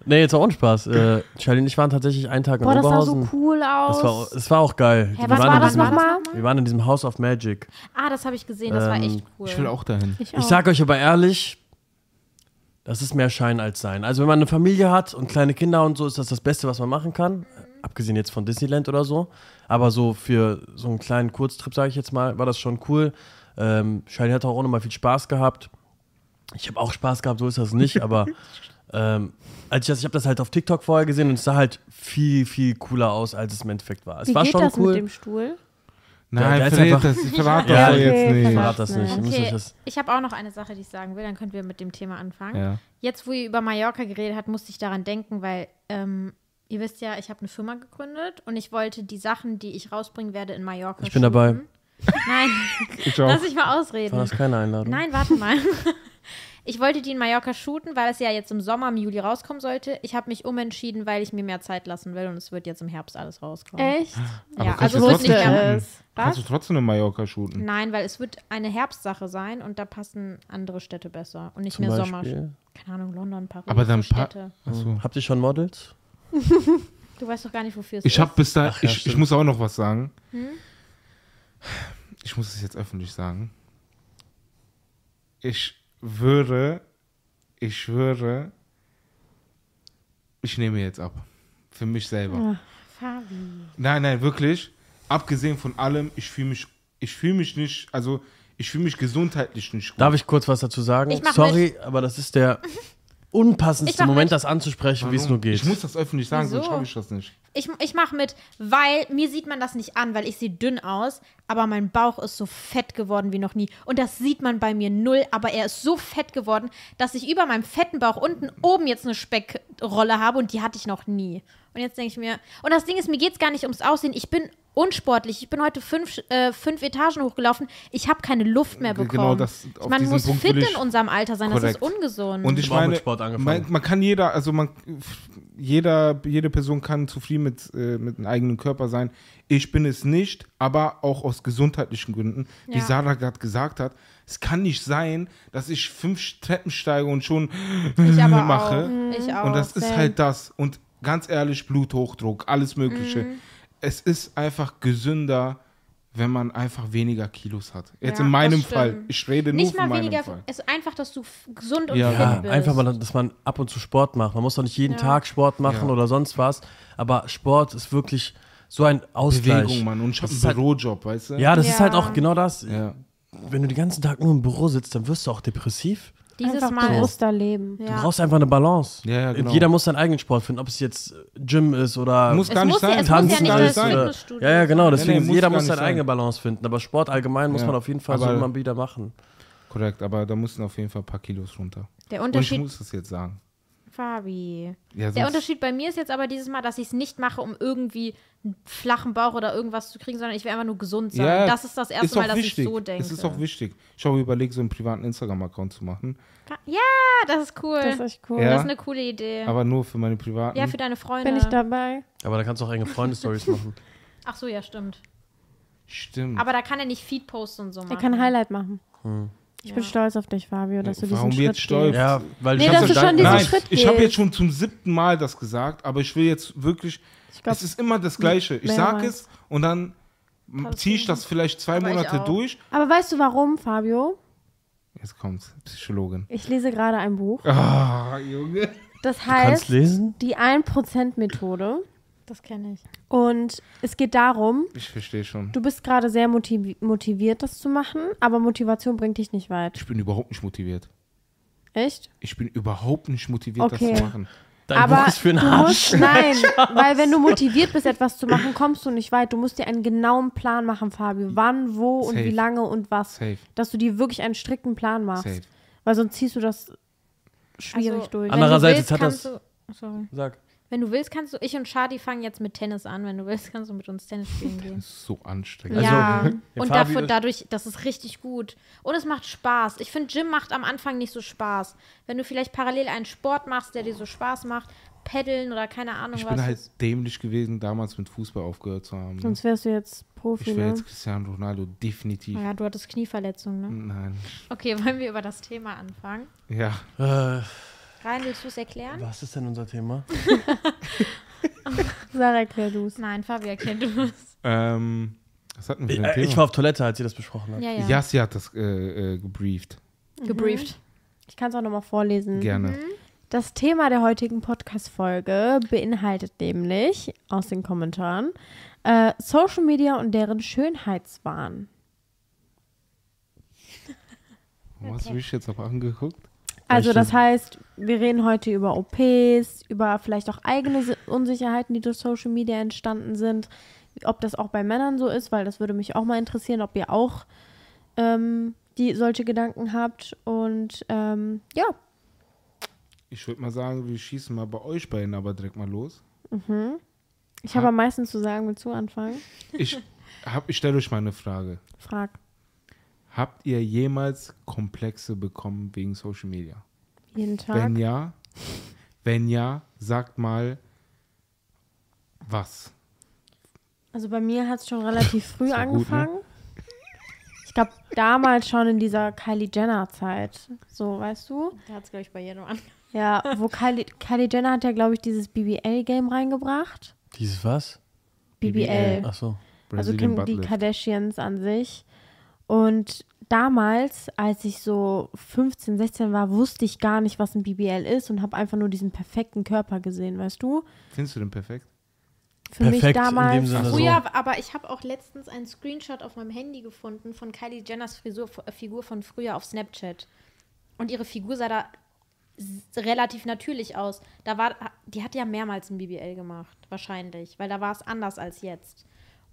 Speaker 3: nee, jetzt auch ein Spaß. Äh, Charlie und ich waren tatsächlich einen Tag in
Speaker 1: Boah, das sah
Speaker 3: Oberhausen.
Speaker 1: so cool aus.
Speaker 3: das, war, das war auch geil.
Speaker 4: Hä,
Speaker 3: Wir
Speaker 4: was
Speaker 3: waren
Speaker 1: war
Speaker 3: in
Speaker 1: das
Speaker 3: diesem-
Speaker 1: nochmal?
Speaker 3: Wir waren in diesem House of Magic.
Speaker 4: Ah, das habe ich gesehen, das war
Speaker 3: Ähm,
Speaker 4: echt cool.
Speaker 2: Ich will auch dahin.
Speaker 1: auch.
Speaker 3: Ich sag euch aber ehrlich, das ist mehr Schein als Sein. Also, wenn man eine Familie hat und kleine Kinder und so, ist das das Beste, was man machen kann. Abgesehen jetzt von Disneyland oder so. Aber so für so einen kleinen Kurztrip, sage ich jetzt mal, war das schon cool. Ähm, Shiny hat auch nochmal viel Spaß gehabt. Ich habe auch Spaß gehabt, so ist das nicht, aber ähm, als ich, das, ich habe das halt auf TikTok vorher gesehen und es sah halt viel, viel cooler aus, als es im Endeffekt war. Es
Speaker 1: Wie
Speaker 3: war
Speaker 1: geht
Speaker 3: schon
Speaker 1: das
Speaker 3: cool.
Speaker 1: mit dem Stuhl?
Speaker 2: Nein,
Speaker 3: der ist
Speaker 2: verrät
Speaker 3: einfach-
Speaker 2: das, verrat
Speaker 3: Ja,
Speaker 2: das doch
Speaker 3: okay,
Speaker 2: jetzt nicht.
Speaker 1: verrat-
Speaker 3: Verrat das
Speaker 1: Nein.
Speaker 3: nicht. ihr müsst euch
Speaker 4: Okay,
Speaker 3: das
Speaker 4: ich habe auch noch eine Sache, die ich sagen will, dann könnten wir mit dem Thema anfangen.
Speaker 2: Ja.
Speaker 4: Jetzt, wo ihr über Mallorca geredet habt, musste ich daran denken, weil ähm, ihr wisst ja, ich habe eine Firma gegründet und ich wollte die Sachen, die ich rausbringen werde, in Mallorca
Speaker 3: Ich bin dabei.
Speaker 4: shooten. Nein,
Speaker 2: Ich auch.
Speaker 4: lass ich mal ausreden.
Speaker 3: war das keine Einladung.
Speaker 4: Nein, warte mal. Ich wollte die in Mallorca shooten, weil es ja jetzt im Sommer, im Juli rauskommen sollte. Ich habe mich umentschieden, weil ich mir mehr Zeit lassen will und es wird jetzt im Herbst alles rauskommen.
Speaker 1: Echt?
Speaker 2: Aber
Speaker 4: Ja,
Speaker 2: kannst
Speaker 4: also
Speaker 2: du
Speaker 4: es wird
Speaker 2: trotzdem
Speaker 4: nicht mehr.
Speaker 2: shooten?
Speaker 1: Was?
Speaker 2: Kannst du trotzdem in Mallorca
Speaker 3: Hm.
Speaker 2: shooten?
Speaker 4: Nein, weil es wird eine Herbstsache sein und da passen andere Städte besser und nicht
Speaker 3: Zum
Speaker 4: mehr Sommer.
Speaker 3: Beispiel?
Speaker 4: Keine Ahnung, London, Paris.
Speaker 2: Aber dann
Speaker 4: so
Speaker 2: pa
Speaker 4: Städte.
Speaker 2: Achso.
Speaker 3: Habt ihr schon Models?
Speaker 4: Du weißt doch gar nicht, wofür es
Speaker 2: Ich habe
Speaker 4: ist.
Speaker 2: bis da,
Speaker 3: Ach ja,
Speaker 2: ich, ich
Speaker 3: stimmt.
Speaker 2: muss auch noch was sagen.
Speaker 4: Hm?
Speaker 2: Ich muss es jetzt öffentlich sagen. Ich schwöre, ich schwöre, ich nehme jetzt ab. Für mich selber.
Speaker 4: Fabi.
Speaker 2: Nein, nein, wirklich. Abgesehen von allem, ich fühle mich, ich fühle mich nicht, also ich fühle mich gesundheitlich nicht gut.
Speaker 3: Darf ich kurz was dazu sagen?
Speaker 4: Ich mach
Speaker 3: Sorry, aber das ist der
Speaker 4: Ich
Speaker 3: unpassendste
Speaker 4: mach
Speaker 3: Moment,
Speaker 4: mit.
Speaker 3: das anzusprechen, wie es nur geht.
Speaker 2: Ich muss das öffentlich sagen,
Speaker 4: Wieso?
Speaker 2: sonst schaffe ich das nicht.
Speaker 4: Ich, ich mache mit, weil mir sieht man das nicht an, weil ich sehe dünn aus, aber mein Bauch ist so fett geworden wie noch nie. Und das sieht man bei mir null, aber er ist so fett geworden, dass ich über meinem fetten Bauch unten oben jetzt eine Speckrolle habe und die hatte ich noch nie. Und jetzt denke ich mir, und das Ding ist, mir geht es gar nicht ums Aussehen. Ich bin unsportlich. Ich bin heute fünf, äh, fünf Etagen hochgelaufen. Ich habe keine Luft mehr
Speaker 2: Genau
Speaker 4: bekommen.
Speaker 2: das- auf
Speaker 4: man
Speaker 2: diesen
Speaker 4: muss
Speaker 2: Punkt
Speaker 4: fit
Speaker 2: will ich-
Speaker 4: in unserem Alter sein. Das ist
Speaker 2: Korrekt.
Speaker 4: ungesund.
Speaker 2: Und ich
Speaker 3: Ich hab auch Mhm. mit
Speaker 2: meine,
Speaker 3: Sport angefangen.
Speaker 2: man, man kann jeder, also man, jeder, jede Person kann zufrieden mit, äh, mit einem eigenen Körper sein. Ich bin es nicht, aber auch aus gesundheitlichen Gründen, wie
Speaker 4: Ja.
Speaker 2: Sarah gerade gesagt hat, es kann nicht sein, dass ich fünf Treppen steige und schon
Speaker 4: Ich aber
Speaker 2: mache.
Speaker 4: auch. Mhm, Ich auch.
Speaker 2: Und das ist
Speaker 1: same.
Speaker 2: halt das. Und ganz ehrlich, Bluthochdruck, alles Mögliche.
Speaker 4: Mhm.
Speaker 2: Es ist einfach gesünder, wenn man einfach weniger Kilos hat. Jetzt
Speaker 4: Ja,
Speaker 2: in meinem
Speaker 4: das
Speaker 2: Fall.
Speaker 4: stimmt.
Speaker 2: Ich rede nur
Speaker 4: nicht
Speaker 2: von
Speaker 4: mal
Speaker 2: meinem
Speaker 4: weniger,
Speaker 2: Fall.
Speaker 4: es ist einfach, dass du f- gesund und
Speaker 2: Ja.
Speaker 4: fit
Speaker 3: Ja,
Speaker 4: bist.
Speaker 3: einfach mal, dass man ab und zu Sport macht. Man muss doch nicht jeden Tag Sport machen
Speaker 2: Ja.
Speaker 3: oder sonst was, aber Sport ist wirklich so ein Ausgleich.
Speaker 2: Bewegung, Mann. Und ich habe
Speaker 3: Das
Speaker 2: einen
Speaker 3: ist halt-
Speaker 2: Bürojob, weißt du?
Speaker 3: Ja, das ist
Speaker 4: Ja.
Speaker 3: halt auch genau das.
Speaker 2: Ja.
Speaker 3: Wenn du den ganzen Tag nur im Büro sitzt, dann wirst du auch depressiv.
Speaker 4: Dieses
Speaker 1: Einfach
Speaker 4: Mal ist
Speaker 1: bewusster Leben.
Speaker 3: Du
Speaker 4: Ja.
Speaker 3: brauchst einfach eine Balance.
Speaker 2: Ja, ja, genau.
Speaker 3: Jeder muss seinen eigenen Sport finden, ob es jetzt Gym ist oder
Speaker 2: Muss gar
Speaker 4: muss
Speaker 2: nicht
Speaker 4: ja-
Speaker 2: sein.
Speaker 4: es muss ja
Speaker 3: Tanzen
Speaker 4: nicht
Speaker 3: alles.
Speaker 4: das
Speaker 3: oder-
Speaker 4: Fitnessstudio
Speaker 3: Ja, ja, genau.
Speaker 2: Nee, nee,
Speaker 3: Deswegen
Speaker 2: muss
Speaker 3: jeder
Speaker 2: gar
Speaker 3: muss
Speaker 2: nicht
Speaker 3: seine
Speaker 2: sein.
Speaker 3: eigene Balance finden. Aber Sport allgemein muss
Speaker 2: Ja.
Speaker 3: man auf jeden Fall so
Speaker 2: Aber-
Speaker 3: immer wieder machen.
Speaker 2: Korrekt, aber da mussten auf jeden Fall ein paar Kilos
Speaker 1: genau.
Speaker 2: runter.
Speaker 4: der
Speaker 2: Und ich
Speaker 4: Unterschied,
Speaker 2: muss das jetzt sagen.
Speaker 4: Fabi.
Speaker 2: Ja,
Speaker 4: Der
Speaker 2: sonst-
Speaker 4: Unterschied bei mir ist jetzt aber dieses Mal, dass ich es nicht mache, um irgendwie einen flachen Bauch oder irgendwas zu kriegen, sondern ich will einfach nur gesund sein.
Speaker 2: Ja,
Speaker 4: das ist das erste
Speaker 2: ist auch
Speaker 4: Mal, dass
Speaker 2: wichtig.
Speaker 4: ich so denke.
Speaker 2: Es ist auch wichtig. Ich habe überlegt, so einen privaten Instagram-Account zu machen.
Speaker 4: ja, das ist cool.
Speaker 1: Das
Speaker 4: Das
Speaker 1: ist
Speaker 4: ist,
Speaker 1: echt cool.
Speaker 2: Ja.
Speaker 4: eine coole Idee.
Speaker 2: Aber nur für meine privaten.
Speaker 4: ja, für deine Freunde.
Speaker 1: Bin ich dabei?
Speaker 3: Aber da kannst du auch enge Freunde-Stories machen.
Speaker 4: Ach so, ja, stimmt.
Speaker 2: Stimmt.
Speaker 4: Aber da kann er nicht Feed posten und so machen.
Speaker 1: Er kann ein Highlight machen.
Speaker 3: Hm.
Speaker 1: Ich bin
Speaker 4: Ja.
Speaker 1: stolz auf dich, Fabio, dass du
Speaker 2: Warum
Speaker 1: diesen Schritt
Speaker 2: jetzt
Speaker 1: gehst.
Speaker 2: stolz?
Speaker 3: Ja, weil
Speaker 1: Nee,
Speaker 3: ich
Speaker 1: dass
Speaker 3: hab's
Speaker 1: du
Speaker 3: ja
Speaker 1: schon
Speaker 3: dein-
Speaker 1: diesen
Speaker 2: Nein,
Speaker 1: Schritt
Speaker 2: ich habe
Speaker 1: gehst.
Speaker 2: jetzt schon zum siebten Mal das gesagt, aber ich will jetzt wirklich.
Speaker 1: Ich glaub,
Speaker 2: es ist immer das Gleiche. Ich sage
Speaker 1: mehrmals.
Speaker 2: es und dann ziehe ich das vielleicht zwei
Speaker 4: Aber ich
Speaker 2: Monate
Speaker 4: auch.
Speaker 2: durch.
Speaker 1: Aber weißt du warum, Fabio?
Speaker 2: Jetzt kommt's, Psychologin.
Speaker 1: Ich lese gerade ein Buch.
Speaker 2: Ah, Junge.
Speaker 1: Das
Speaker 3: Kannst
Speaker 1: heißt,
Speaker 3: lesen?
Speaker 1: die 1%-Methode.
Speaker 4: Das kenne ich.
Speaker 1: Und es geht darum,
Speaker 2: Ich verstehe schon.
Speaker 1: du bist gerade sehr motivi motiviert, das zu machen, aber Motivation bringt dich nicht weit.
Speaker 2: Ich bin überhaupt nicht motiviert.
Speaker 1: Echt?
Speaker 2: Ich bin überhaupt nicht motiviert,
Speaker 1: Okay.
Speaker 2: das zu machen.
Speaker 3: Dein
Speaker 1: aber
Speaker 3: Buch ist für einen
Speaker 1: du
Speaker 3: Arsch.
Speaker 1: musst, nein, weil wenn du motiviert bist, etwas zu machen, kommst du nicht weit. Du musst dir einen genauen Plan machen, Fabio. Wann, wo und
Speaker 2: Safe.
Speaker 1: wie lange und was.
Speaker 2: Safe.
Speaker 1: Dass du dir wirklich einen strikten Plan machst.
Speaker 2: Safe.
Speaker 1: Weil sonst ziehst du das schwierig durch.
Speaker 4: Also, wenn du
Speaker 3: Andererseits,
Speaker 4: willst,
Speaker 3: jetzt hat
Speaker 4: kannst
Speaker 3: das-
Speaker 4: Du, sorry.
Speaker 3: Sag.
Speaker 4: Wenn du willst, kannst du. Ich und Shadi fangen jetzt mit Tennis an. Wenn du willst, kannst du mit uns Tennis spielen gehen.
Speaker 2: Das ist so anstrengend.
Speaker 4: Ja,
Speaker 3: Also, ja,
Speaker 4: und
Speaker 3: Fabio
Speaker 4: dafür,
Speaker 3: ist-
Speaker 4: dadurch, das ist richtig gut. Und es macht Spaß. Ich finde, Gym macht am Anfang nicht so Spaß. Wenn du vielleicht parallel einen Sport machst, der dir so Spaß macht, Paddeln oder keine Ahnung
Speaker 2: Ich
Speaker 4: was.
Speaker 2: bin halt dämlich gewesen, damals mit Fußball aufgehört zu haben. ne?
Speaker 1: Sonst wärst du jetzt Profi,
Speaker 2: Ich wäre
Speaker 1: ne?
Speaker 2: jetzt Cristiano Ronaldo, definitiv.
Speaker 4: ja, du hattest Knieverletzung, ne?
Speaker 2: Nein.
Speaker 4: Okay, wollen wir über das Thema anfangen?
Speaker 2: Ja.
Speaker 3: Äh,
Speaker 4: Ryan, willst du es erklären?
Speaker 3: was ist denn unser Thema?
Speaker 1: Sarah, erklär du's.
Speaker 4: Nein, Fabi, erklär du es.
Speaker 2: Ähm, was hatten wir
Speaker 3: Ich,
Speaker 2: für ein
Speaker 3: äh,
Speaker 2: Thema?
Speaker 3: ich war auf Toilette, als ihr das besprochen habt.
Speaker 4: Ja, ja.
Speaker 2: Yassi hat das äh, äh, gebrieft.
Speaker 4: Gebrieft.
Speaker 1: Ich kann es auch nochmal
Speaker 4: Mhm.
Speaker 1: vorlesen.
Speaker 2: Gerne.
Speaker 1: Das Thema der heutigen Podcast-Folge beinhaltet nämlich aus den Kommentaren äh, Social Media und deren Schönheitswahn.
Speaker 2: Was habe ich jetzt auch angeguckt?
Speaker 1: Also das
Speaker 3: stimmt.
Speaker 1: heißt, wir reden heute über OPs, über vielleicht auch eigene Si- Unsicherheiten, die durch Social Media entstanden sind. Ob das auch bei Männern so ist, weil das würde mich auch mal interessieren, ob ihr auch ähm, die solche Gedanken habt. Und ähm, ja,
Speaker 2: Ich würde mal sagen, wir schießen mal bei euch beiden aber direkt mal los.
Speaker 1: ich habe am meisten zu sagen, willst du anfangen?
Speaker 2: Ich, hab- ich stelle euch mal eine Frage.
Speaker 1: Frag.
Speaker 2: Habt ihr jemals Komplexe bekommen wegen Social Media?
Speaker 1: Jeden Tag.
Speaker 2: Wenn ja, wenn ja, sagt mal was.
Speaker 1: Also bei mir hat es schon relativ früh
Speaker 2: war gut, ne?
Speaker 1: angefangen. Ich glaube, damals schon in dieser Kylie Jenner-Zeit. So, weißt du?
Speaker 4: Da hat es, glaube ich, bei jedem an.
Speaker 1: Ja, wo Kylie, Kylie Jenner hat ja, glaube ich, dieses BBL-Game reingebracht.
Speaker 3: Dieses was?
Speaker 1: BBL.
Speaker 3: Ach so.
Speaker 1: Also
Speaker 2: Brazilian
Speaker 1: Kim, die
Speaker 2: Buttlift.
Speaker 1: Kardashians an sich. Und damals, als ich so 15, 16 war, wusste ich gar nicht, was ein BBL ist und habe einfach nur diesen perfekten Körper gesehen, weißt du?
Speaker 2: Findest du den perfekt?
Speaker 1: Für mich
Speaker 3: Perfekt in dem
Speaker 1: damals.
Speaker 3: Sinne.
Speaker 4: Oh
Speaker 3: so.
Speaker 4: ja, aber ich habe auch letztens einen Screenshot auf meinem Handy gefunden von Kylie Jenners Frisur, äh, Figur von früher auf Snapchat. Und ihre Figur sah da s- relativ natürlich aus. Da war, die hat ja mehrmals ein BBL gemacht, wahrscheinlich, weil da war es anders als jetzt.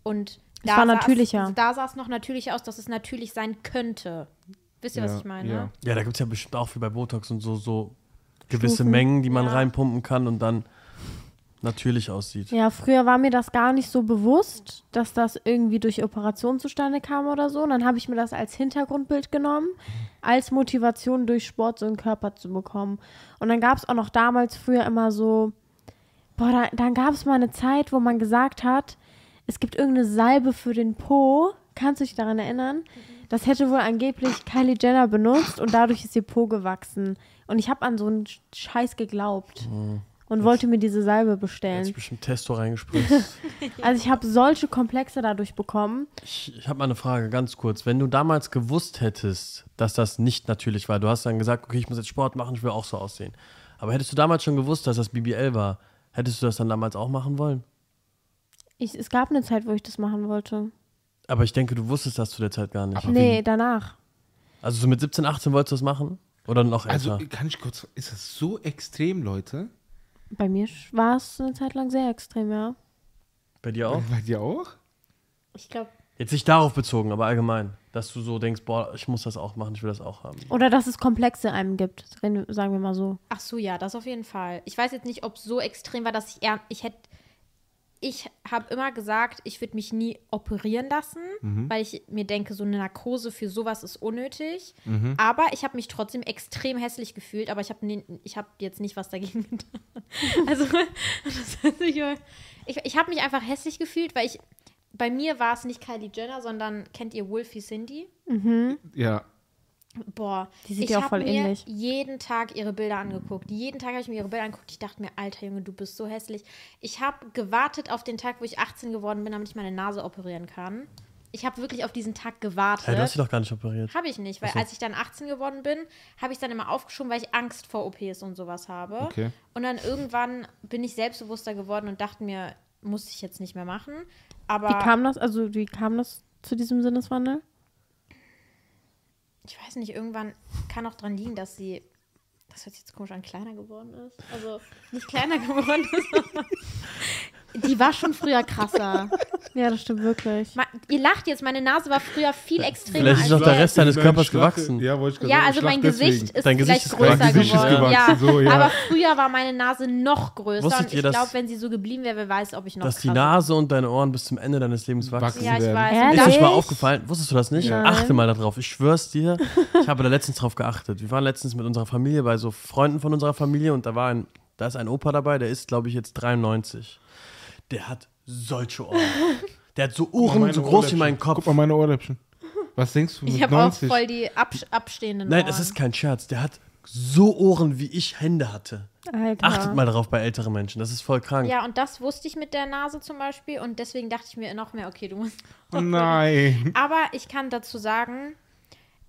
Speaker 4: Und
Speaker 1: Es war
Speaker 4: sah
Speaker 1: natürlicher.
Speaker 4: Da sah es noch natürlicher aus, dass es natürlich sein könnte. Wisst ihr, was
Speaker 2: Ja,
Speaker 4: ich meine?
Speaker 2: ja.
Speaker 3: Ja, da gibt es ja bestimmt auch wie bei Botox und so, so gewisse Mengen, die man
Speaker 4: Ja.
Speaker 3: reinpumpen kann und dann natürlich aussieht.
Speaker 1: Ja, früher war mir das gar nicht so bewusst, dass das irgendwie durch Operationen zustande kam oder so. Und dann habe ich mir das als Hintergrundbild genommen, als Motivation durch Sport so einen Körper zu bekommen. Und dann gab es auch noch damals früher immer so, Boah, da, dann gab es mal eine Zeit, wo man gesagt hat, es gibt irgendeine Salbe für den Po. Kannst du dich daran erinnern? Das hätte wohl angeblich Kylie Jenner benutzt und dadurch ist ihr Po gewachsen. Und ich habe an so einen Sch- Scheiß geglaubt und wollte mir diese Salbe
Speaker 3: Jetzt
Speaker 1: bestellen.
Speaker 3: ist bestimmt Testo reingespritzt.
Speaker 1: Also ich habe solche Komplexe dadurch bekommen.
Speaker 3: ich ich habe mal eine Frage, ganz kurz. Wenn du damals gewusst hättest, dass das nicht natürlich war, du hast dann gesagt, okay, ich muss jetzt Sport machen, ich will auch so aussehen. Aber hättest du damals schon gewusst, dass das BBL war, hättest du das dann damals auch machen wollen?
Speaker 1: Ich, es gab eine Zeit, wo ich das machen wollte.
Speaker 3: Aber ich denke, du wusstest das zu der Zeit gar nicht.
Speaker 1: Nee, danach.
Speaker 3: Also so mit 17, 18 wolltest du das machen? Oder noch älter?
Speaker 2: Also kann ich kurz, ist das so extrem, Leute?
Speaker 1: Bei mir sch- war es eine Zeit lang sehr extrem, ja.
Speaker 3: Bei dir auch?
Speaker 2: Bei dir auch?
Speaker 4: Ich glaube,
Speaker 3: Jetzt nicht darauf bezogen, aber allgemein. Dass du so denkst, boah, ich muss das auch machen, ich will das auch haben.
Speaker 1: Oder dass es Komplexe einem gibt, reden- sagen wir mal so.
Speaker 4: ach so, ja, das auf jeden Fall. Ich weiß jetzt nicht, ob es so extrem war, dass ich eher, ich hätte, ich habe immer gesagt, ich würde mich nie operieren lassen, weil ich mir denke, so eine Narkose für sowas ist unnötig. Aber ich habe mich trotzdem extrem hässlich gefühlt, aber ich habe ne, ich hab jetzt nicht was dagegen getan. Also, das heißt, ich, ich, ich habe mich einfach hässlich gefühlt, weil ich, bei mir war es nicht Kylie Jenner, sondern kennt ihr Wolfie Cindy?
Speaker 2: Ja.
Speaker 4: Boah,
Speaker 1: Die sieht
Speaker 4: ich
Speaker 1: ja auch
Speaker 4: hab
Speaker 1: voll
Speaker 4: mir
Speaker 1: ähnlich.
Speaker 4: jeden Tag ihre Bilder angeguckt. Jeden Tag habe ich mir ihre Bilder angeguckt. Ich dachte mir, alter Junge, du bist so hässlich. Ich habe gewartet auf den Tag, wo ich 18 geworden bin, damit ich meine Nase operieren kann. Ich habe wirklich auf diesen Tag gewartet.
Speaker 3: Hey, du hast dich doch gar nicht operiert.
Speaker 4: Habe ich nicht, weil
Speaker 3: so.
Speaker 4: als ich dann 18 geworden bin, habe ich es dann immer aufgeschoben, weil ich Angst vor OPs und sowas habe.
Speaker 2: Okay.
Speaker 4: Und dann irgendwann bin ich selbstbewusster geworden und dachte mir, muss ich jetzt nicht mehr machen. Aber
Speaker 1: Wie kam das, also wie kam das zu diesem Sinneswandel?
Speaker 4: ich weiß nicht, irgendwann kann auch dran liegen, dass sie, das hört sich jetzt komisch an, kleiner geworden ist. Also nicht kleiner geworden ist, sondern die war schon früher krasser.
Speaker 1: Ja, das stimmt wirklich.
Speaker 4: Ma- ihr lacht jetzt, meine Nase war früher viel extremer
Speaker 3: Vielleicht ist
Speaker 4: als
Speaker 3: doch der
Speaker 4: jetzt.
Speaker 3: Rest deines
Speaker 2: Dein
Speaker 3: Körpers
Speaker 2: Schlag-
Speaker 3: gewachsen.
Speaker 2: Ja, wollte ich gerade
Speaker 4: Ja,
Speaker 2: sagen,
Speaker 4: also
Speaker 2: Schlag
Speaker 4: mein Gesicht
Speaker 2: deswegen.
Speaker 4: ist
Speaker 3: Dein
Speaker 4: vielleicht
Speaker 3: Gesicht ist
Speaker 4: größer
Speaker 3: gewachsen. Dein Gesicht ist
Speaker 4: geworden. ja.
Speaker 2: gewachsen, so, ja.
Speaker 4: Aber früher war meine Nase noch größer
Speaker 3: Wusstet
Speaker 4: und
Speaker 3: ihr,
Speaker 4: ich
Speaker 3: dass-
Speaker 4: glaube, wenn sie so geblieben wäre, wer weiß, ob ich noch
Speaker 3: Dass die
Speaker 4: krasser-
Speaker 3: Nase und deine Ohren bis zum Ende deines Lebens wachsen.
Speaker 2: Wachsen.
Speaker 4: Ja, ich
Speaker 2: werden.
Speaker 4: weiß.
Speaker 1: Ehrlich?
Speaker 4: Und
Speaker 3: Ist euch
Speaker 4: dann-
Speaker 3: mal aufgefallen? Wusstest du das nicht?
Speaker 1: Nein.
Speaker 3: Achte mal darauf. Ich schwör's dir. Ich habe da letztens drauf geachtet. Wir waren letztens mit unserer Familie bei so Freunden von unserer Familie und da war ein, da ist ein Opa dabei, der ist, glaube ich, jetzt 93. Der hat solche Ohren. Der hat so Ohren so groß wie mein Kopf.
Speaker 2: Guck mal meine Ohrläppchen. Was denkst du mit
Speaker 4: Ich habe auch
Speaker 2: 90?
Speaker 4: voll die absch- abstehenden
Speaker 3: Nein,
Speaker 4: Ohren.
Speaker 3: es ist kein Scherz. Der hat so Ohren, wie ich Hände hatte.
Speaker 1: Alter.
Speaker 3: Achtet mal darauf bei älteren Menschen. Das ist voll krank.
Speaker 4: Ja, und das wusste ich mit der Nase zum Beispiel und deswegen dachte ich mir noch mehr, okay, du musst.
Speaker 2: oh nein.
Speaker 4: Aber ich kann dazu sagen,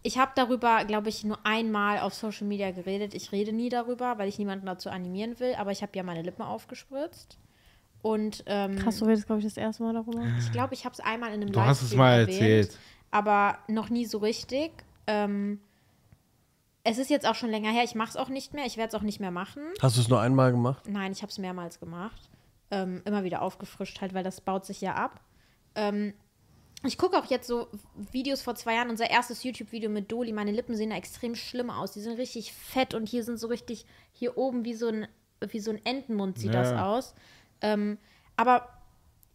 Speaker 4: ich habe darüber, glaube ich, nur einmal auf Social Media geredet. Ich rede nie darüber, weil ich niemanden dazu animieren will, aber ich habe ja meine Lippen aufgespritzt. Und ähm,
Speaker 1: Krass, du redest, glaube ich, das erste Mal darüber.
Speaker 4: ich glaube, ich habe es einmal in einem
Speaker 2: Du hast es
Speaker 4: Livestream
Speaker 2: mal
Speaker 4: erwähnt,
Speaker 2: erzählt.
Speaker 4: Aber noch nie so richtig. Ähm, es ist jetzt auch schon länger her. Ich mache es auch nicht mehr. Ich werde es auch nicht mehr machen.
Speaker 3: Hast du es nur einmal gemacht?
Speaker 4: Nein, ich habe es mehrmals gemacht. Ähm, immer wieder aufgefrischt halt, weil das baut sich ja ab. Ähm, ich gucke auch jetzt so Videos vor zwei Jahren, unser erstes YouTube-Video mit Doli. Meine Lippen sehen da extrem schlimm aus. Die sind richtig fett und hier sind so richtig, hier oben wie so ein, wie so ein Entenmund sieht
Speaker 2: Ja.
Speaker 4: das aus. Ähm, aber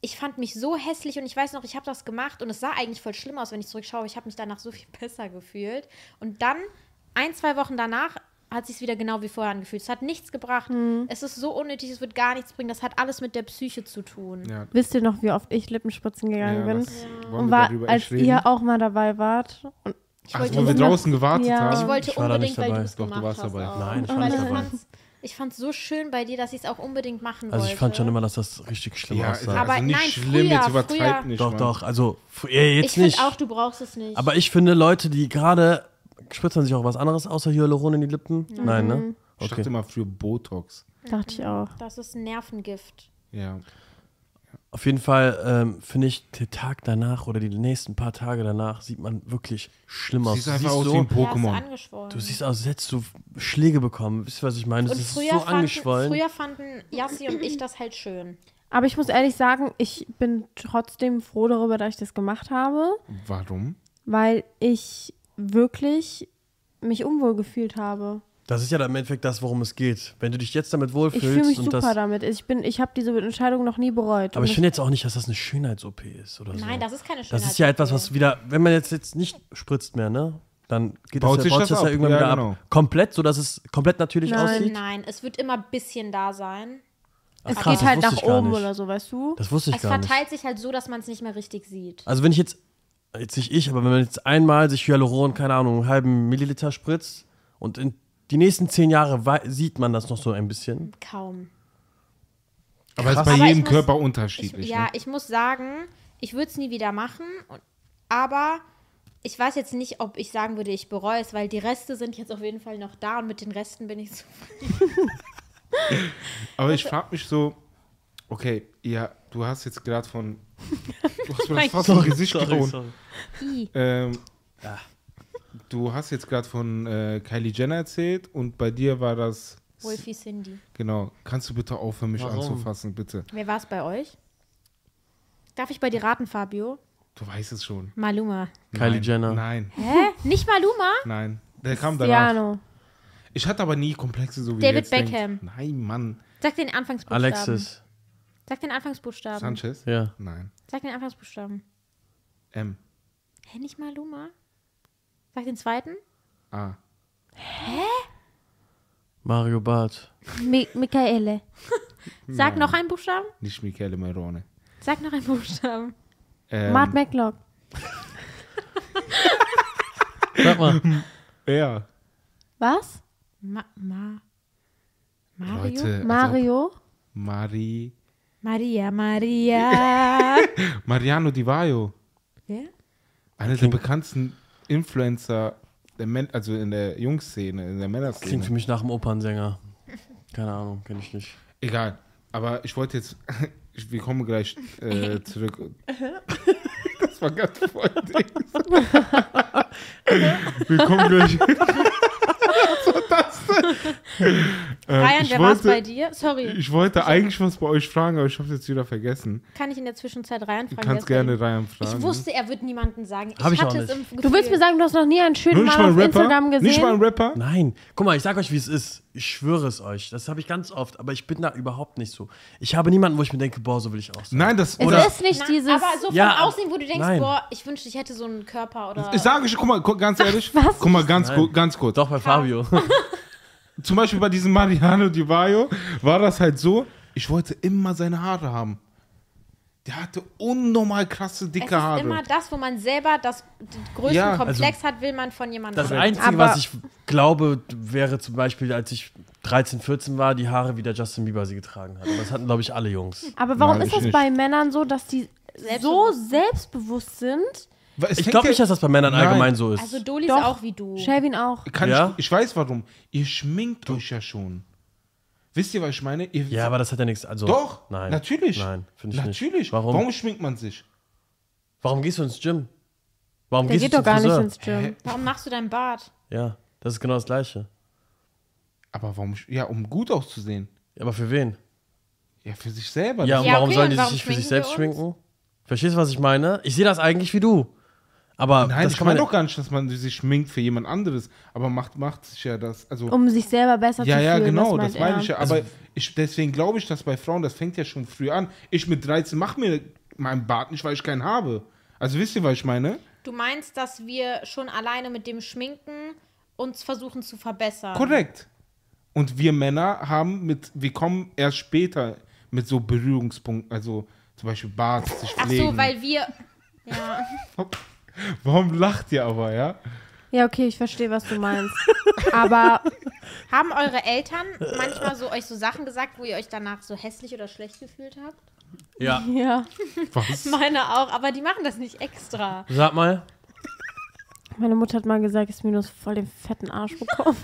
Speaker 4: ich fand mich so hässlich und ich weiß noch, ich habe das gemacht und es sah eigentlich voll schlimm aus, wenn ich zurückschaue. Ich habe mich danach so viel besser gefühlt. Und dann, ein, zwei Wochen danach, hat sich wieder genau wie vorher angefühlt. Es hat nichts gebracht. Es ist so unnötig, es wird gar nichts bringen. Das hat alles mit der Psyche zu tun.
Speaker 2: Ja.
Speaker 1: Wisst ihr noch, wie oft ich Lippenspritzen gegangen bin?
Speaker 2: das-
Speaker 1: Und
Speaker 2: wollen wir
Speaker 1: war,
Speaker 2: darüber
Speaker 1: als
Speaker 2: echt reden?
Speaker 1: ihr auch mal dabei wart. Und
Speaker 4: Ich
Speaker 2: Ach,
Speaker 4: wollte
Speaker 2: wo wir
Speaker 1: wissen,
Speaker 2: draußen gewartet
Speaker 1: Ja.
Speaker 2: haben.
Speaker 4: Ich wollte
Speaker 3: Ich war da nicht
Speaker 4: unbedingt, weil du
Speaker 3: dabei.
Speaker 4: es
Speaker 2: Doch, du
Speaker 4: gemacht
Speaker 2: warst
Speaker 4: hast.
Speaker 2: dabei.
Speaker 4: Auch.
Speaker 3: Nein, ich war
Speaker 4: Weil
Speaker 3: nicht
Speaker 4: ich
Speaker 3: dabei.
Speaker 4: Fand's, ich fand es so schön bei dir, dass ich es auch unbedingt machen
Speaker 3: Also
Speaker 4: wollte.
Speaker 3: ich fand schon immer, dass das richtig schlimm
Speaker 2: ja, ist
Speaker 3: aussah.
Speaker 2: aber also
Speaker 4: Aber
Speaker 2: nicht
Speaker 4: nein,
Speaker 2: schlimm,
Speaker 4: früher,
Speaker 2: jetzt übertreib
Speaker 4: früher.
Speaker 2: nicht.
Speaker 3: doch,
Speaker 2: Mann.
Speaker 3: doch. Also f- eh,
Speaker 4: ich
Speaker 3: jetzt
Speaker 4: finde
Speaker 3: nicht.
Speaker 4: auch, du brauchst es nicht.
Speaker 3: Aber ich finde, Leute, die gerade spritzen sich auch was anderes außer Hyaluron in die Lippen. Nein, ne?
Speaker 2: Ich dachte
Speaker 3: Okay.
Speaker 2: immer für Botox.
Speaker 1: dachte ich auch.
Speaker 4: das ist ein Nervengift.
Speaker 2: Ja.
Speaker 3: Auf jeden Fall ähm, finde ich, den Tag danach oder die nächsten paar Tage danach sieht man wirklich schlimm aus.
Speaker 2: Siehst einfach aus
Speaker 3: so,
Speaker 2: wie ein
Speaker 4: Ja, ist
Speaker 2: Pokémon.
Speaker 4: angeschwollen.
Speaker 3: du siehst aus, als hättest du Schläge bekommen. Wisst ihr, was ich meine? Das
Speaker 4: Und
Speaker 3: ist
Speaker 4: früher,
Speaker 3: so
Speaker 4: fanden,
Speaker 3: angeschwollen.
Speaker 4: früher fanden Yassi und ich das halt schön.
Speaker 1: Aber ich muss ehrlich sagen, ich bin trotzdem froh darüber, dass ich das gemacht habe,
Speaker 2: Warum?
Speaker 1: weil ich wirklich mich unwohl gefühlt habe.
Speaker 3: das ist ja dann im Endeffekt das, worum es geht. Wenn du dich jetzt damit
Speaker 1: Ich fühle
Speaker 3: wohlfühlst
Speaker 1: mich
Speaker 3: und
Speaker 1: super
Speaker 3: das.
Speaker 1: damit. Ich bin, ich habe diese Entscheidung noch nie bereut.
Speaker 3: Aber
Speaker 1: Und
Speaker 3: ich finde jetzt auch nicht, dass das eine Schönheits-OP ist oder so.
Speaker 4: Nein, das ist keine Schönheit.
Speaker 3: Das ist ja etwas, was wieder, wenn man jetzt, jetzt nicht spritzt mehr, ne? Dann geht
Speaker 2: Baut
Speaker 3: das, ja-
Speaker 2: sich
Speaker 3: baut
Speaker 2: das
Speaker 3: sich das ja
Speaker 2: ab.
Speaker 3: irgendwann
Speaker 2: Ja,
Speaker 3: wieder
Speaker 2: genau.
Speaker 3: ab. Komplett, sodass es komplett natürlich
Speaker 1: Nein.
Speaker 3: aussieht.
Speaker 4: Nein, es wird immer ein bisschen da sein.
Speaker 1: Es
Speaker 3: krass,
Speaker 1: geht halt
Speaker 3: das wusste
Speaker 1: nach
Speaker 3: ich gar
Speaker 1: oben
Speaker 3: nicht.
Speaker 1: oder so, weißt du?
Speaker 3: Das wusste ich
Speaker 4: Es
Speaker 3: gar nicht.
Speaker 4: verteilt sich halt so, dass man es nicht mehr richtig sieht.
Speaker 3: Also wenn ich jetzt, jetzt nicht ich, aber wenn man jetzt einmal sich Hyaluron, keine Ahnung, einen halben Milliliter spritzt und in die nächsten zehn Jahre wei- sieht man das noch so ein bisschen.
Speaker 4: Kaum.
Speaker 2: Aber es ist
Speaker 3: Krass.
Speaker 2: bei
Speaker 4: Aber ich
Speaker 2: jedem
Speaker 4: muss-
Speaker 2: Körper
Speaker 4: Ich,
Speaker 2: unterschiedlich.
Speaker 4: ja,
Speaker 2: ne?
Speaker 4: ich muss sagen, ich würde es nie wieder machen, und, aber ich weiß jetzt nicht, ob ich sagen würde, ich bereue es, weil die Reste sind jetzt auf jeden Fall noch da und mit den Resten bin ich so.
Speaker 2: Aber ich frage mich so, okay, ja, du hast jetzt gerade von. Du hast mir das fast im Gesicht gehauen.
Speaker 4: I.
Speaker 2: Ähm, Du hast jetzt gerade von äh, Kylie Jenner erzählt und bei dir war das.
Speaker 4: Wolfie Cindy.
Speaker 2: Genau. Kannst du bitte aufhören, mich
Speaker 3: Warum?
Speaker 2: anzufassen, bitte?
Speaker 4: Wer war es bei euch? Darf ich bei dir raten, Fabio?
Speaker 2: Du weißt es schon.
Speaker 4: Maluma.
Speaker 3: Kylie
Speaker 2: nein,
Speaker 3: Jenner.
Speaker 2: Nein,
Speaker 4: Hä? Nicht Maluma?
Speaker 2: nein. Der kam danach.
Speaker 1: Cristiano.
Speaker 2: Ich hatte aber nie Komplexe, so wie
Speaker 4: David
Speaker 2: ihr jetzt denkt.
Speaker 4: Beckham.
Speaker 2: Nein, Mann.
Speaker 4: Sag den Anfangsbuchstaben.
Speaker 3: Alexis.
Speaker 4: Sag den Anfangsbuchstaben.
Speaker 2: Sanchez?
Speaker 3: Ja.
Speaker 2: Nein.
Speaker 4: Sag den Anfangsbuchstaben.
Speaker 2: M.
Speaker 4: Hä, nicht Maluma? Sag den zweiten?
Speaker 2: A.
Speaker 3: Mario Barth.
Speaker 1: Mi Michaele.
Speaker 4: Sag noch einen Buchstaben?
Speaker 2: Nicht Michele Merone.
Speaker 4: Sag noch einen Buchstaben.
Speaker 2: Ähm,
Speaker 1: Mart McLock.
Speaker 3: Sag mal.
Speaker 2: Ja.
Speaker 1: Was?
Speaker 4: Ma, ma, Mario?
Speaker 2: Leute. als ob-
Speaker 1: Mario?
Speaker 2: Mari.
Speaker 4: Maria, Maria.
Speaker 2: Mariano Di Vaio.
Speaker 4: Wer?
Speaker 2: Ähm, Einer der bekanntesten Influencer, der Men also in der Jungszene, in
Speaker 3: Klingt für
Speaker 2: der Männerszene.
Speaker 3: mich nach einem Opernsänger. Keine Ahnung, kenne ich nicht.
Speaker 2: Egal. Aber ich wollte jetzt, ich, wir kommen gleich äh, zurück. Das war ganz voll. Dings. wir kommen gleich. Was war das denn? Ähm,
Speaker 4: Ryan,
Speaker 2: ich
Speaker 4: wer war es
Speaker 2: wollte-
Speaker 4: bei dir? Sorry,
Speaker 2: Ich wollte eigentlich was bei euch fragen, aber ich habe es jetzt wieder vergessen.
Speaker 4: kann ich in der Zwischenzeit Ryan
Speaker 2: Du
Speaker 4: fragen? wer
Speaker 2: kannst
Speaker 4: es bei
Speaker 2: gerne
Speaker 4: ihm-
Speaker 2: Ryan fragen.
Speaker 4: Ich wusste, er wird niemanden sagen.
Speaker 3: Hab ich
Speaker 4: hatte
Speaker 3: auch
Speaker 4: es im
Speaker 3: nicht.
Speaker 4: Gefühl.
Speaker 1: Du willst mir sagen, du hast noch nie einen schönen
Speaker 2: Nur nicht
Speaker 1: Mann
Speaker 2: mal
Speaker 1: auf
Speaker 2: ein Rapper?
Speaker 1: Instagram gesehen?
Speaker 2: Nicht mal ein Rapper?
Speaker 3: Nein, guck mal, ich sag euch, wie es ist. Ich schwöre es euch. Das habe ich ganz oft, aber ich bin da überhaupt nicht so. Ich habe niemanden, wo ich mir denke, boah, so will ich aussehen.
Speaker 2: Nein, das
Speaker 1: es
Speaker 2: oder.
Speaker 1: ist nicht
Speaker 4: Nein,
Speaker 1: dieses.
Speaker 4: aber so vom
Speaker 3: Ja, aber-
Speaker 4: Aussehen, wo du denkst,
Speaker 3: nein.
Speaker 4: boah, ich wünschte, ich hätte so einen Körper oder.
Speaker 2: Ich sage schon, guck mal, gu- ganz ehrlich, guck mal, ganz,
Speaker 3: Nein.
Speaker 2: gu- ganz kurz.
Speaker 3: Doch, bei Fabio.
Speaker 2: Zum Beispiel bei diesem Mariano Di Vaio war das halt so, ich wollte immer seine Haare haben. Der hatte unnormal krasse,
Speaker 4: es
Speaker 2: dicke
Speaker 4: ist
Speaker 2: Haare.
Speaker 4: immer das, wo man selber das den größten
Speaker 2: Ja, also-
Speaker 4: Komplex hat, will man von jemandem.
Speaker 3: Das
Speaker 4: haben.
Speaker 3: Einzige,
Speaker 1: Aber-
Speaker 3: was ich glaube, wäre zum Beispiel, als ich 13, 14 war, die Haare, wie der Justin Bieber sie getragen hat. Aber das hatten, glaube ich, alle Jungs.
Speaker 1: Aber warum
Speaker 2: Nein,
Speaker 1: ist
Speaker 2: ich
Speaker 1: das
Speaker 2: nicht.
Speaker 1: bei Männern so, dass die so
Speaker 4: Selbstbewusst.
Speaker 1: selbstbewusst sind?
Speaker 2: Weil es
Speaker 3: Ich
Speaker 2: hängt
Speaker 3: glaube
Speaker 2: ja-
Speaker 3: nicht, dass das bei Männern
Speaker 2: Nein.
Speaker 3: allgemein so ist.
Speaker 4: also Doli ist
Speaker 1: Doch.
Speaker 4: auch wie du.
Speaker 1: Shelvin auch.
Speaker 2: Kann
Speaker 3: Ja?
Speaker 2: ich, ich weiß warum. Ihr schminkt euch ja schon. Wisst ihr, was ich meine? Ihr,
Speaker 3: ja, aber das hat ja nichts. Also,
Speaker 2: doch,
Speaker 3: Nein.
Speaker 2: natürlich.
Speaker 3: Nein, finde ich
Speaker 2: natürlich.
Speaker 3: nicht.
Speaker 2: Warum?
Speaker 3: Warum?
Speaker 2: Warum schminkt man sich?
Speaker 3: Warum gehst du ins Gym? Warum
Speaker 1: Der
Speaker 3: gehst
Speaker 1: geht
Speaker 3: du
Speaker 1: doch
Speaker 3: zum
Speaker 1: gar nicht
Speaker 3: Friseur?
Speaker 1: ins Gym.
Speaker 4: Warum machst du dein Bart?
Speaker 3: Ja, das ist genau das Gleiche.
Speaker 2: Aber warum? sch- Ja, um gut auszusehen.
Speaker 3: Ja, Aber für wen?
Speaker 2: Ja, für sich selber.
Speaker 3: Ja, um- und
Speaker 4: Ja,
Speaker 3: warum
Speaker 4: okay,
Speaker 3: sollen
Speaker 4: und
Speaker 3: die
Speaker 4: warum
Speaker 3: sich nicht für sich
Speaker 4: schminken
Speaker 3: selbst
Speaker 4: wir uns?
Speaker 3: schminken? Verstehst du, was ich meine? Ich sehe das eigentlich wie du. Aber
Speaker 2: Nein,
Speaker 3: das
Speaker 2: ich
Speaker 3: kann man
Speaker 2: meine doch gar nicht, dass man sich schminkt für jemand anderes, aber macht, macht sich ja das. Also,
Speaker 1: Um sich selber besser
Speaker 2: ja,
Speaker 1: zu
Speaker 2: ja,
Speaker 1: fühlen.
Speaker 2: genau,
Speaker 1: meint
Speaker 2: das meine
Speaker 1: er.
Speaker 2: ich ja. Aber ich, deswegen glaube ich, dass bei Frauen, das fängt ja schon früh an. Ich mit 13 mache mir meinen Bart nicht, weil ich keinen habe. Also wisst ihr, was ich meine?
Speaker 4: Du meinst, dass wir schon alleine mit dem Schminken uns versuchen zu verbessern.
Speaker 2: Korrekt. Und wir Männer haben mit, wir kommen erst später mit so Berührungspunkten, also zum Beispiel Bart sich
Speaker 4: Ach
Speaker 2: pflegen.
Speaker 4: so, weil wir. Ja.
Speaker 2: Warum lacht ihr aber, ja?
Speaker 1: Ja, okay, ich verstehe, was du meinst. aber
Speaker 4: Haben eure Eltern manchmal so euch so Sachen gesagt, wo ihr euch danach so hässlich oder schlecht gefühlt habt?
Speaker 3: Ja,
Speaker 1: ja,
Speaker 2: Was?
Speaker 4: Meine auch, aber die machen das nicht extra.
Speaker 3: sag mal.
Speaker 1: meine Mutter hat mal gesagt, ich mir nur voll den fetten Arsch bekommen.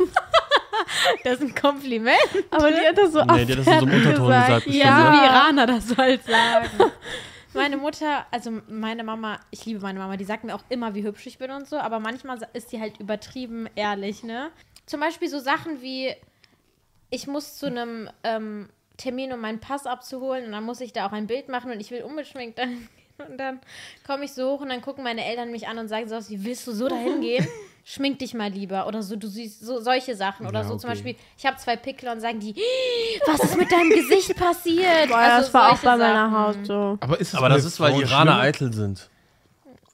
Speaker 4: Das ist ein Kompliment.
Speaker 1: Aber die hat das so
Speaker 3: Nee, die hat das in so einem
Speaker 1: abwertend
Speaker 3: Unterton gesagt. bestimmt,
Speaker 4: Ja,
Speaker 3: ne?
Speaker 4: wie Iraner das halt sagen. Meine Mutter, also meine Mama, ich liebe meine Mama, die sagt mir auch immer, wie hübsch ich bin und so, aber manchmal sa- ist die halt übertrieben ehrlich, ne? Zum Beispiel so Sachen wie, ich muss zu einem ähm, Termin, um meinen Pass abzuholen und dann muss ich da auch ein Bild machen und ich will unbeschminkt dahin gehen und dann komme ich so hoch und dann gucken meine Eltern mich an und sagen so aus wie, willst du so dahin gehen? Schmink dich mal lieber oder so, du siehst so solche Sachen oder
Speaker 2: Ja,
Speaker 4: so
Speaker 2: okay.
Speaker 4: zum Beispiel, ich habe zwei Pickel und sagen die, was ist mit deinem Gesicht passiert? Also
Speaker 1: Boah, das war auch
Speaker 4: solche
Speaker 1: bei meiner
Speaker 4: Sachen.
Speaker 1: Haut so.
Speaker 2: Aber ist es
Speaker 3: Aber das
Speaker 2: bei
Speaker 3: ist, weil
Speaker 2: Frauen
Speaker 3: Iraner
Speaker 2: schlimm?
Speaker 3: eitel sind.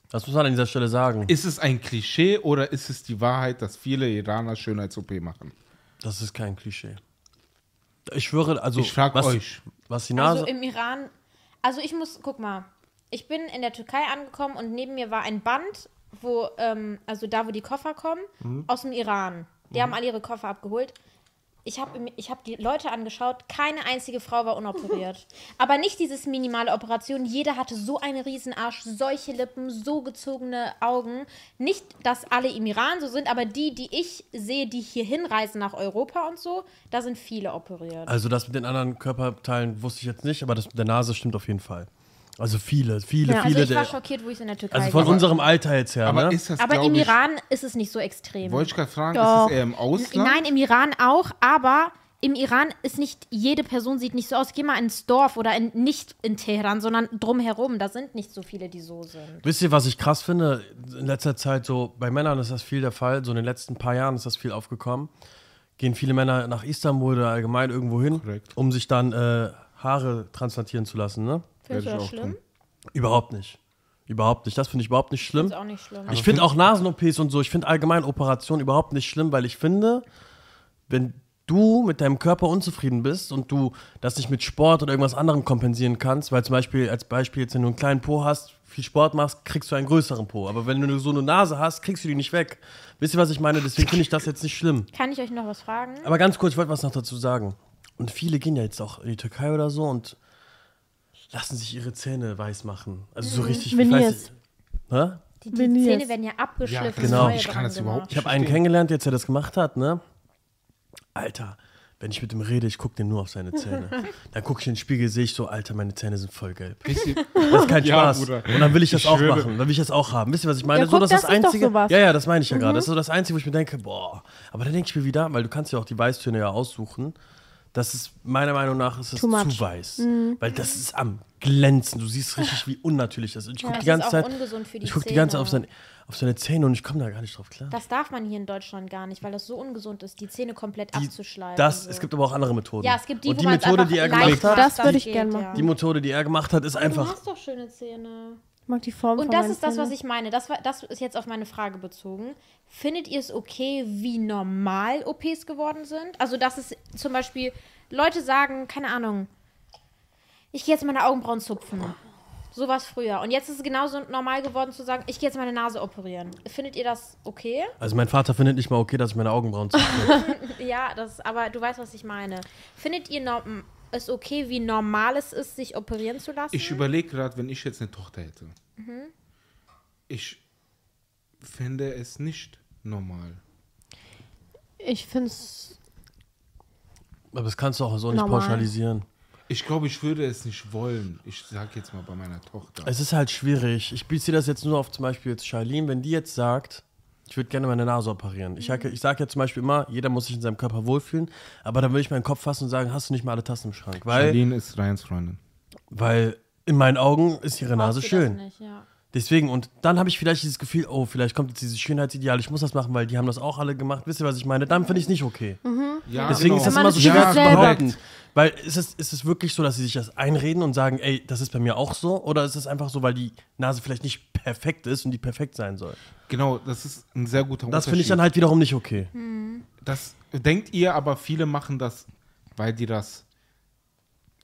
Speaker 3: Das muss man an dieser Stelle sagen.
Speaker 2: Ist es ein Klischee oder ist es die Wahrheit, dass viele Iraner Schönheits-OP machen?
Speaker 3: Das ist kein Klischee. Ich schwöre, also.
Speaker 2: Ich frage
Speaker 3: was-
Speaker 2: euch.
Speaker 3: Was die
Speaker 4: Also
Speaker 3: Nase?
Speaker 4: im Iran. Also ich muss, guck mal, ich bin in der Türkei angekommen und neben mir war ein Band, wo, ähm, also da, wo die Koffer kommen,
Speaker 3: Mhm.
Speaker 4: aus dem Iran. Die haben alle ihre Koffer abgeholt. Ich habe ich hab die Leute angeschaut, keine einzige Frau war unoperiert. Aber nicht dieses minimale Operation. Jeder hatte so einen riesen Arsch, solche Lippen, so gezogene Augen. Nicht, dass alle im Iran so sind, aber die, die ich sehe, die hier hinreisen nach Europa und so, da sind viele operiert.
Speaker 3: also das mit den anderen Körperteilen wusste ich jetzt nicht, aber das mit der Nase stimmt auf jeden Fall. Also viele, viele,
Speaker 1: Ja.
Speaker 3: viele.
Speaker 4: Also ich war
Speaker 3: der,
Speaker 4: schockiert, wo ich es in der Türkei
Speaker 3: also von
Speaker 4: gesehen habe.
Speaker 3: unserem Alter jetzt her,
Speaker 2: Aber
Speaker 3: ne?
Speaker 2: ist das,
Speaker 4: Aber
Speaker 2: glaub
Speaker 4: im
Speaker 2: ich,
Speaker 4: Iran ist es nicht so extrem.
Speaker 2: Wollte ich gerade fragen, ist
Speaker 1: Doch.
Speaker 2: das eher im Ausland?
Speaker 4: Nein, im Iran auch, aber im Iran ist nicht jede Person sieht nicht so aus. Geh mal ins Dorf oder in, nicht in Teheran, sondern drumherum. Da sind nicht so viele, die so sind.
Speaker 3: Wisst ihr, was ich krass finde? In letzter Zeit, so bei Männern ist das viel der Fall, so in den letzten paar Jahren ist das viel aufgekommen. Gehen viele Männer nach Istanbul oder allgemein irgendwo hin,
Speaker 2: Korrekt.
Speaker 3: um sich dann äh, Haare transplantieren zu lassen, ne?
Speaker 4: Findest du
Speaker 2: Werd
Speaker 4: das
Speaker 2: ich auch
Speaker 4: schlimm?
Speaker 2: tun.
Speaker 3: Überhaupt nicht. Überhaupt nicht. Das finde ich überhaupt nicht schlimm.
Speaker 4: Ist auch nicht schlimm.
Speaker 3: Ich finde auch Nasen-OPs und so, ich finde allgemein Operationen überhaupt nicht schlimm, weil ich finde, wenn du mit deinem Körper unzufrieden bist und du das nicht mit Sport oder irgendwas anderem kompensieren kannst, weil zum Beispiel, als Beispiel jetzt, wenn du einen kleinen Po hast, viel Sport machst, kriegst du einen größeren Po. Aber wenn du so eine Nase hast, kriegst du die nicht weg. Wisst ihr, was ich meine? Deswegen finde ich das jetzt nicht schlimm.
Speaker 4: Kann ich euch noch was fragen?
Speaker 3: Aber ganz kurz, ich wollte was noch dazu sagen. Und viele gehen ja jetzt auch in die Türkei oder so und lassen sich ihre Zähne weiß machen. Also so richtig
Speaker 1: Wenn
Speaker 3: fleißig.
Speaker 1: jetzt.
Speaker 3: Hä?
Speaker 4: Die, die
Speaker 1: Wenn
Speaker 4: Zähne
Speaker 1: jetzt-
Speaker 4: werden ja abgeschliffen.
Speaker 2: Ja, das-
Speaker 3: Genau.
Speaker 4: neue
Speaker 2: ich kann
Speaker 4: dran
Speaker 2: das überhaupt
Speaker 3: Ich habe einen kennengelernt, jetzt der das gemacht hat, ne? Alter, wenn ich mit dem rede, ich gucke dem nur auf seine Zähne. dann gucke ich in den Spiegel, sehe ich so, Alter, meine Zähne sind voll gelb. Das ist kein
Speaker 2: Ja,
Speaker 3: Spaß.
Speaker 2: Bruder.
Speaker 3: Und dann will ich das
Speaker 2: Ich
Speaker 3: auch
Speaker 2: schwöre.
Speaker 3: machen. Dann will ich das auch haben. Wisst ihr, was ich meine?
Speaker 1: Ja, guck, das ist doch sowas.
Speaker 3: ja, ja, das meine ich ja gerade. Das ist so das Einzige, wo ich mir denke, boah. Aber dann denke ich mir wieder, weil du kannst ja auch die Weißtöne ja aussuchen. Das ist, meiner Meinung nach, ist das
Speaker 1: Too much.
Speaker 3: zu weiß. Weil das ist am Glänzen. Du siehst richtig, wie unnatürlich das ist. Ich gucke
Speaker 4: das
Speaker 3: die
Speaker 4: ist
Speaker 3: ganze
Speaker 4: auch
Speaker 3: Zeit.
Speaker 4: ungesund für die
Speaker 3: ich gucke die ganze Zeit
Speaker 4: Zähne.
Speaker 3: auf seine, auf seine Zähne und ich komme da gar nicht drauf klar.
Speaker 4: Das darf man hier in Deutschland gar nicht, weil das so ungesund ist, die Zähne komplett
Speaker 3: die-
Speaker 4: abzuschleifen.
Speaker 3: Das,
Speaker 4: so.
Speaker 3: es gibt aber auch andere Methoden.
Speaker 4: ja, es gibt die,
Speaker 3: Und die
Speaker 4: wo man's
Speaker 3: Methode,
Speaker 4: einfach
Speaker 3: die er
Speaker 4: leicht
Speaker 3: gemacht hat,
Speaker 4: macht,
Speaker 1: Das würde ich
Speaker 4: geht,
Speaker 1: gern machen.
Speaker 3: die Methode, die er gemacht hat, ist
Speaker 4: Du
Speaker 3: einfach.
Speaker 4: hast doch schöne Zähne.
Speaker 1: Ich mag die Form von
Speaker 4: Und das
Speaker 1: meinen
Speaker 4: ist das, was
Speaker 1: Zähnen.
Speaker 4: ich meine. Das, war, das ist jetzt auf meine Frage bezogen. Findet ihr es okay, wie normal OPs geworden sind? Also, dass es zum Beispiel Leute sagen, keine Ahnung, ich gehe jetzt meine Augenbrauen zupfen. Sowas früher. Und jetzt ist es genauso normal geworden zu sagen, ich gehe jetzt meine Nase operieren. Findet ihr das okay?
Speaker 3: Also mein Vater findet nicht mal okay, dass ich meine Augenbrauen zupfe.
Speaker 4: Ja, das, aber du weißt, was ich meine. Findet ihr no- m- es okay, wie normal es ist, sich operieren zu lassen?
Speaker 2: Ich überlege gerade, wenn ich jetzt eine Tochter hätte. Mhm. Ich finde es nicht normal.
Speaker 1: Ich finde es.
Speaker 3: Aber das kannst du auch so nicht
Speaker 1: Normal.
Speaker 3: pauschalisieren.
Speaker 2: Ich glaube, ich würde es nicht wollen. Ich sag jetzt mal bei meiner Tochter.
Speaker 3: Es ist halt schwierig. Ich beziehe das jetzt nur auf zum Beispiel jetzt Charlene, wenn die jetzt sagt, ich würde gerne meine Nase operieren. Ich
Speaker 4: Mhm.
Speaker 3: sage ich sag ja zum Beispiel immer, jeder muss sich in seinem Körper wohlfühlen, aber dann würde ich meinen Kopf fassen und sagen, hast du nicht mal alle Tassen im Schrank? Weil,
Speaker 2: Charlene ist Ryans Freundin.
Speaker 3: weil in meinen Augen ist ihre Nase
Speaker 4: Brauchst du das
Speaker 3: schön.
Speaker 4: nicht, ja.
Speaker 3: Deswegen, und dann habe ich vielleicht dieses Gefühl, oh, vielleicht kommt jetzt dieses Schönheitsideal, ich muss das machen, weil die haben das auch alle gemacht. Wisst ihr, was ich meine? Dann finde ich es nicht okay.
Speaker 2: Ja,
Speaker 3: Deswegen ist das
Speaker 1: Wenn man
Speaker 2: Genau.
Speaker 3: immer so
Speaker 1: es
Speaker 3: schwer
Speaker 1: spürt
Speaker 3: zu
Speaker 1: selber.
Speaker 3: behaupten. Weil ist es, ist es wirklich so, dass sie sich das einreden und sagen, ey, das ist bei mir auch so? Oder ist es einfach so, weil die Nase vielleicht nicht perfekt ist und die perfekt sein soll?
Speaker 2: Genau, das ist ein sehr guter
Speaker 3: Das finde ich
Speaker 2: Unterschied.
Speaker 3: dann halt wiederum nicht okay.
Speaker 2: das denkt ihr, aber viele machen das, weil die das,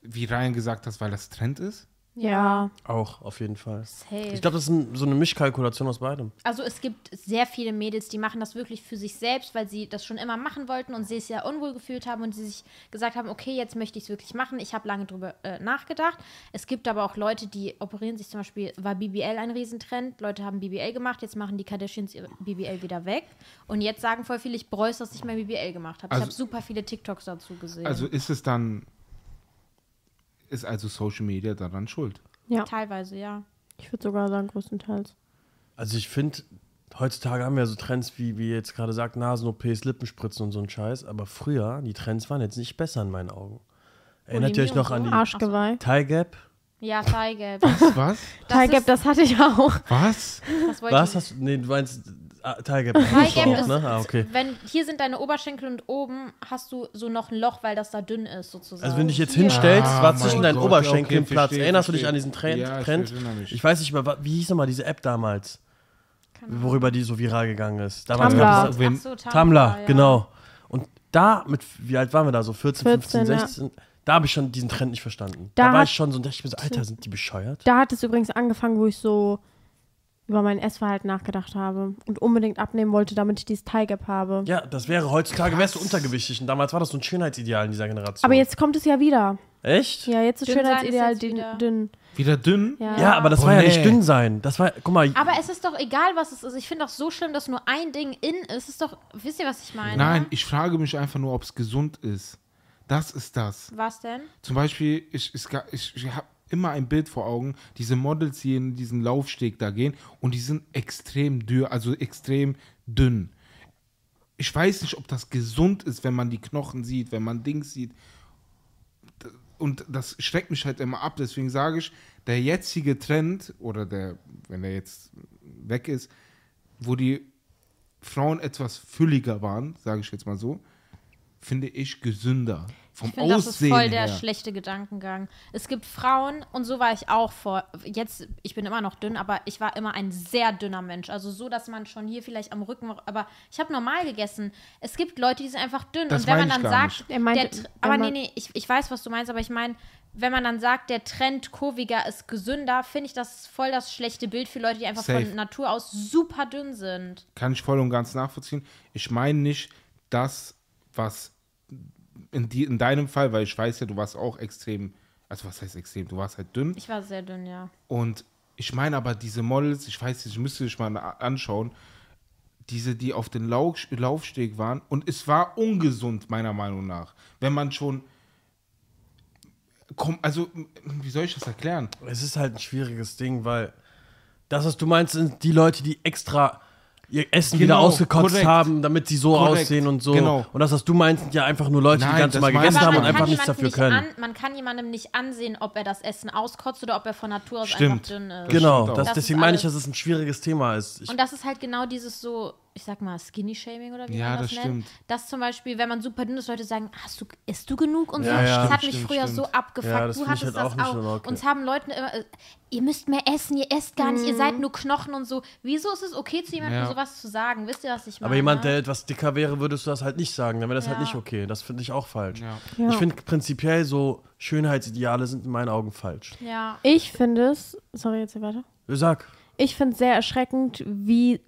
Speaker 2: wie Ryan gesagt hat, weil das Trend ist.
Speaker 1: Ja.
Speaker 3: Auch, auf jeden Fall.
Speaker 4: Safe.
Speaker 3: Ich glaube, das ist ein, so eine Mischkalkulation aus beidem.
Speaker 4: Also es gibt sehr viele Mädels, die machen das wirklich für sich selbst, weil sie das schon immer machen wollten und sie es ja unwohl gefühlt haben und sie sich gesagt haben, okay, jetzt möchte ich es wirklich machen. Ich habe lange drüber äh, nachgedacht. Es gibt aber auch Leute, die operieren sich zum Beispiel, war BBL ein Riesentrend, Leute haben BBL gemacht, jetzt machen die Kardashians ihre BBL wieder weg und jetzt sagen voll viele, ich bräuchte, dass ich mein BBL gemacht habe.
Speaker 2: Also-
Speaker 4: ich habe super viele TikToks dazu gesehen.
Speaker 2: Also ist es dann, ist also Social Media daran schuld?
Speaker 1: Ja.
Speaker 4: Teilweise, ja.
Speaker 1: Ich würde sogar sagen, größtenteils.
Speaker 3: Also ich finde, heutzutage haben wir so Trends, wie, wie ihr jetzt gerade sagt, Nasen-OPs, Lippenspritzen und so ein Scheiß. Aber früher, die Trends waren jetzt nicht besser in meinen Augen.
Speaker 1: Oh,
Speaker 3: Erinnert ihr euch noch an
Speaker 4: Bulimie
Speaker 3: die
Speaker 4: und
Speaker 1: Arschgeweih.
Speaker 3: Thigh Gap?
Speaker 4: Ja, Tiger.
Speaker 2: Was?
Speaker 1: Teilgap, das hatte ich auch.
Speaker 2: Was?
Speaker 4: das wollte
Speaker 3: Was
Speaker 4: ich-
Speaker 3: hast du? Nee, du meinst äh, Thigh Gap.
Speaker 4: High Gap
Speaker 3: auch,
Speaker 4: ist,
Speaker 3: ne? Ah, okay.
Speaker 4: wenn hier sind deine Oberschenkel und oben hast du so noch ein Loch, weil das da dünn ist sozusagen.
Speaker 3: Also wenn du dich jetzt
Speaker 4: Hier.
Speaker 3: hinstellst,
Speaker 2: Ah,
Speaker 3: war
Speaker 2: mein
Speaker 3: zwischen deinen
Speaker 2: Gott,
Speaker 3: Oberschenkeln
Speaker 2: okay, verstehe,
Speaker 3: Platz. Erinnerst du dich
Speaker 2: verstehe.
Speaker 3: an diesen Trend?
Speaker 2: Ja, ich
Speaker 3: Trend?
Speaker 2: erinnere mich.
Speaker 3: Ich weiß nicht mehr, wa- wie hieß nochmal diese App damals, worüber die so viral gegangen ist. Damals
Speaker 1: Tumblr.
Speaker 3: gab es
Speaker 2: Wen-
Speaker 4: Ach so, Tumblr,
Speaker 3: Tumblr,
Speaker 4: ja.
Speaker 3: genau. Und da, mit wie alt waren wir da? So 14, 15,
Speaker 1: 14, ja.
Speaker 3: 16? Da habe ich schon diesen Trend nicht verstanden. Da,
Speaker 1: Da
Speaker 3: war
Speaker 1: hat-
Speaker 3: ich schon so und dachte ich mir so, Alter, sind die bescheuert?
Speaker 1: Da hat es übrigens angefangen, wo ich so über mein Essverhalten nachgedacht habe und unbedingt abnehmen wollte, damit ich dieses Thai Gap habe.
Speaker 3: Ja, das wäre heutzutage wärst du untergewichtig und damals war das so ein Schönheitsideal in dieser Generation.
Speaker 1: Aber jetzt kommt es ja wieder.
Speaker 3: Echt? Ja,
Speaker 1: Ja, jetzt ist
Speaker 4: Dünn sein
Speaker 1: Schönheitsideal
Speaker 4: ist jetzt
Speaker 1: dünn.
Speaker 4: wieder-
Speaker 1: dünn.
Speaker 2: Wieder dünn?
Speaker 1: Ja.
Speaker 3: aber das
Speaker 2: Oh,
Speaker 3: war ja
Speaker 2: nee.
Speaker 3: nicht dünn sein. Das war, guck mal,
Speaker 4: Aber es ist doch egal, was es ist. Ich finde doch so schlimm, dass nur ein Ding in ist. Es ist doch, wisst ihr, was ich meine?
Speaker 2: Nein, ich frage mich einfach nur, ob es gesund ist. Das ist das.
Speaker 4: Was denn?
Speaker 2: Zum Beispiel, ich, es ga- ich, ich habe immer ein Bild vor Augen, diese Models, die in diesen Laufsteg da gehen und die sind extrem dürr, also extrem dünn. Ich weiß nicht, ob das gesund ist, wenn man die Knochen sieht, wenn man Dings sieht. D- Und das schreckt mich halt immer ab. Deswegen sage ich, der jetzige Trend, oder der, wenn der jetzt weg ist, wo die Frauen etwas fülliger waren, sage ich jetzt mal so, finde ich gesünder. Vom
Speaker 4: Ich finde, das ist
Speaker 2: Aussehen
Speaker 4: voll der
Speaker 2: her.
Speaker 4: schlechte Gedankengang. Es gibt Frauen, und so war ich auch vor. Jetzt, ich bin immer noch dünn, aber ich war immer ein sehr dünner Mensch. Also so, dass man schon hier vielleicht am Rücken. Aber ich habe normal gegessen. Es gibt Leute, die sind einfach dünn.
Speaker 2: Das
Speaker 4: und wenn
Speaker 2: meine
Speaker 4: man
Speaker 2: ich
Speaker 4: dann
Speaker 2: gar
Speaker 4: sagt,
Speaker 1: Er meinte,
Speaker 4: der, Tr-
Speaker 1: wenn
Speaker 4: aber nee,
Speaker 1: man-
Speaker 4: nee, ich, ich weiß, was du meinst, aber ich meine, wenn man dann sagt, der Trend kurviger ist gesünder, finde ich das voll das schlechte Bild für Leute, die einfach
Speaker 2: Safe.
Speaker 4: von Natur aus super dünn sind.
Speaker 2: kann ich voll und ganz nachvollziehen. Ich meine nicht das, was in, die, in deinem Fall, weil ich weiß ja, du warst auch extrem, also was heißt extrem, du warst halt dünn.
Speaker 4: Ich war sehr dünn, ja.
Speaker 2: Und ich meine aber diese Models, ich weiß nicht, ich müsste dich mal na- anschauen, diese, die auf den Lau Laufsteg waren. Und es war ungesund, meiner Meinung nach. Wenn man schon, komm, also, m- wie soll ich das erklären?
Speaker 3: es ist halt ein schwieriges Ding, weil das, was du meinst, sind die Leute, die extra ihr Essen wieder
Speaker 2: Genau,
Speaker 3: ausgekotzt
Speaker 2: korrekt.
Speaker 3: haben, damit sie so
Speaker 2: Korrekt,
Speaker 3: aussehen und so.
Speaker 2: genau.
Speaker 3: Und das, was du meinst, sind ja einfach nur Leute, die
Speaker 2: Nein,
Speaker 3: ganz
Speaker 2: das
Speaker 3: normal
Speaker 2: meine
Speaker 3: gegessen
Speaker 2: ich
Speaker 3: haben und
Speaker 2: nicht.
Speaker 3: einfach
Speaker 4: kann
Speaker 3: nichts
Speaker 4: jemanden
Speaker 3: dafür können.
Speaker 4: Nicht an, man kann jemandem nicht ansehen, ob er das Essen auskotzt oder ob er von Natur aus einfach
Speaker 2: Stimmt.
Speaker 4: dünn
Speaker 3: Genau,
Speaker 4: ist.
Speaker 2: stimmt auch.
Speaker 3: das,
Speaker 4: Das ist
Speaker 3: deswegen meine ich, dass
Speaker 4: alles-
Speaker 3: es ein schwieriges Thema ist. Ich,
Speaker 4: Und das ist halt genau dieses so, ich sag mal, Skinny-Shaming oder wie
Speaker 2: Ja,
Speaker 4: man das,
Speaker 2: das
Speaker 4: nennt.
Speaker 2: stimmt.
Speaker 4: Das zum Beispiel, wenn man super dünn ist, Leute sagen, hast du, isst du genug und so.
Speaker 3: Ja, ja.
Speaker 4: das hat
Speaker 2: Stimmt,
Speaker 4: mich
Speaker 2: stimmt,
Speaker 4: früher
Speaker 2: stimmt.
Speaker 4: so abgefuckt.
Speaker 3: Ja, das
Speaker 4: du
Speaker 3: find ich
Speaker 4: hattest
Speaker 3: halt auch
Speaker 4: das
Speaker 3: nicht in
Speaker 4: auch.
Speaker 3: Ordnung.
Speaker 4: Uns haben Leute immer, äh, ihr müsst mehr essen, ihr esst gar nicht, ihr seid nur Knochen und so. Wieso ist es okay, zu jemandem
Speaker 2: Ja.
Speaker 4: sowas zu sagen? Wisst ihr, was ich meine?
Speaker 3: aber jemand, der etwas dicker wäre, würdest du das halt nicht sagen. Dann wäre das halt
Speaker 4: Ja.
Speaker 3: nicht okay. Das finde ich auch falsch.
Speaker 2: Ja.
Speaker 1: Ja.
Speaker 3: Ich finde prinzipiell so Schönheitsideale sind in meinen Augen falsch.
Speaker 4: Ja.
Speaker 1: Ich finde es, sorry, jetzt hier weiter.
Speaker 3: Sag.
Speaker 1: Ich finde es sehr erschreckend, wie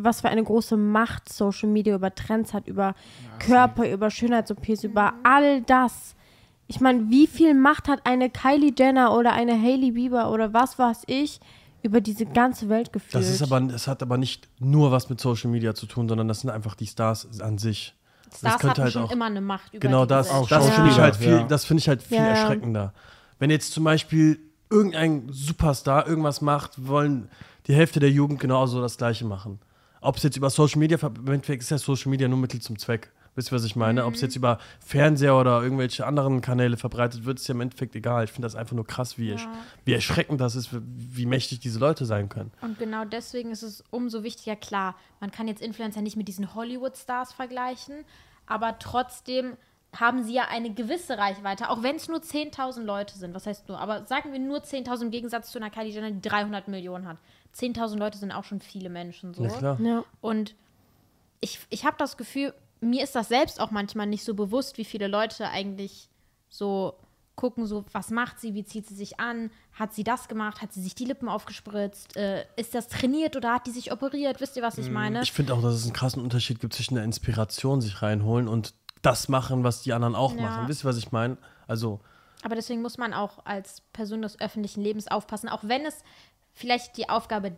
Speaker 1: was für eine große Macht Social Media über Trends hat, über Körper, über Schönheits-OPs, über
Speaker 4: Mhm.
Speaker 1: all das. Ich meine, wie viel Macht hat eine Kylie Jenner oder eine Hailey Bieber oder was weiß ich über diese ganze Welt gefühlt?
Speaker 3: Das ist aber, es hat aber nicht nur was mit Social Media zu tun, sondern das sind einfach die Stars an sich.
Speaker 4: Stars
Speaker 3: könnte
Speaker 4: hatten
Speaker 3: halt
Speaker 4: schon
Speaker 3: auch-
Speaker 4: immer eine Macht über
Speaker 3: Genau
Speaker 4: die
Speaker 3: das,
Speaker 4: Gesellschaft.
Speaker 2: Auch
Speaker 3: das finde ich
Speaker 2: Schauspieler,
Speaker 3: halt viel,
Speaker 2: ja.
Speaker 3: das finde ich halt viel
Speaker 1: Ja, ja.
Speaker 3: erschreckender. Wenn jetzt zum Beispiel irgendein Superstar irgendwas macht, wollen die Hälfte der Jugend genauso das Gleiche machen. Ob es jetzt über Social Media, ver- im Endeffekt ist ja Social Media nur Mittel zum Zweck. Wisst ihr, was ich meine?
Speaker 1: Mhm.
Speaker 3: Ob es jetzt über Fernseher oder irgendwelche anderen Kanäle verbreitet wird, ist ja im Endeffekt egal. Ich finde das einfach nur krass, wie, ersch wie erschreckend das ist, wie- wie mächtig diese Leute sein können.
Speaker 4: Und genau deswegen ist es umso wichtiger, klar, man kann jetzt Influencer nicht mit diesen Hollywood-Stars vergleichen, aber trotzdem haben sie ja eine gewisse Reichweite, auch wenn es nur 10.000 Leute sind. Was heißt nur? Aber sagen wir nur 10.000 im Gegensatz zu einer Kylie Jenner, die 300 Millionen hat. 10.000 Leute sind auch schon viele Menschen so.
Speaker 3: Na klar.
Speaker 1: ja.
Speaker 4: Und ich, ich habe das Gefühl, mir ist das selbst auch manchmal nicht so bewusst, wie viele Leute eigentlich so gucken, so was macht sie, wie zieht sie sich an, hat sie das gemacht, hat sie sich die Lippen aufgespritzt, äh, ist das trainiert oder hat die sich operiert, wisst ihr, was ich meine?
Speaker 3: Ich finde auch, dass es einen krassen Unterschied gibt zwischen der Inspiration sich reinholen und das machen, was die anderen auch
Speaker 4: Ja.
Speaker 3: machen. Wisst ihr, was ich meine? Also,
Speaker 4: Aber deswegen muss man auch als Person des öffentlichen Lebens aufpassen, auch wenn es vielleicht die Aufgabe,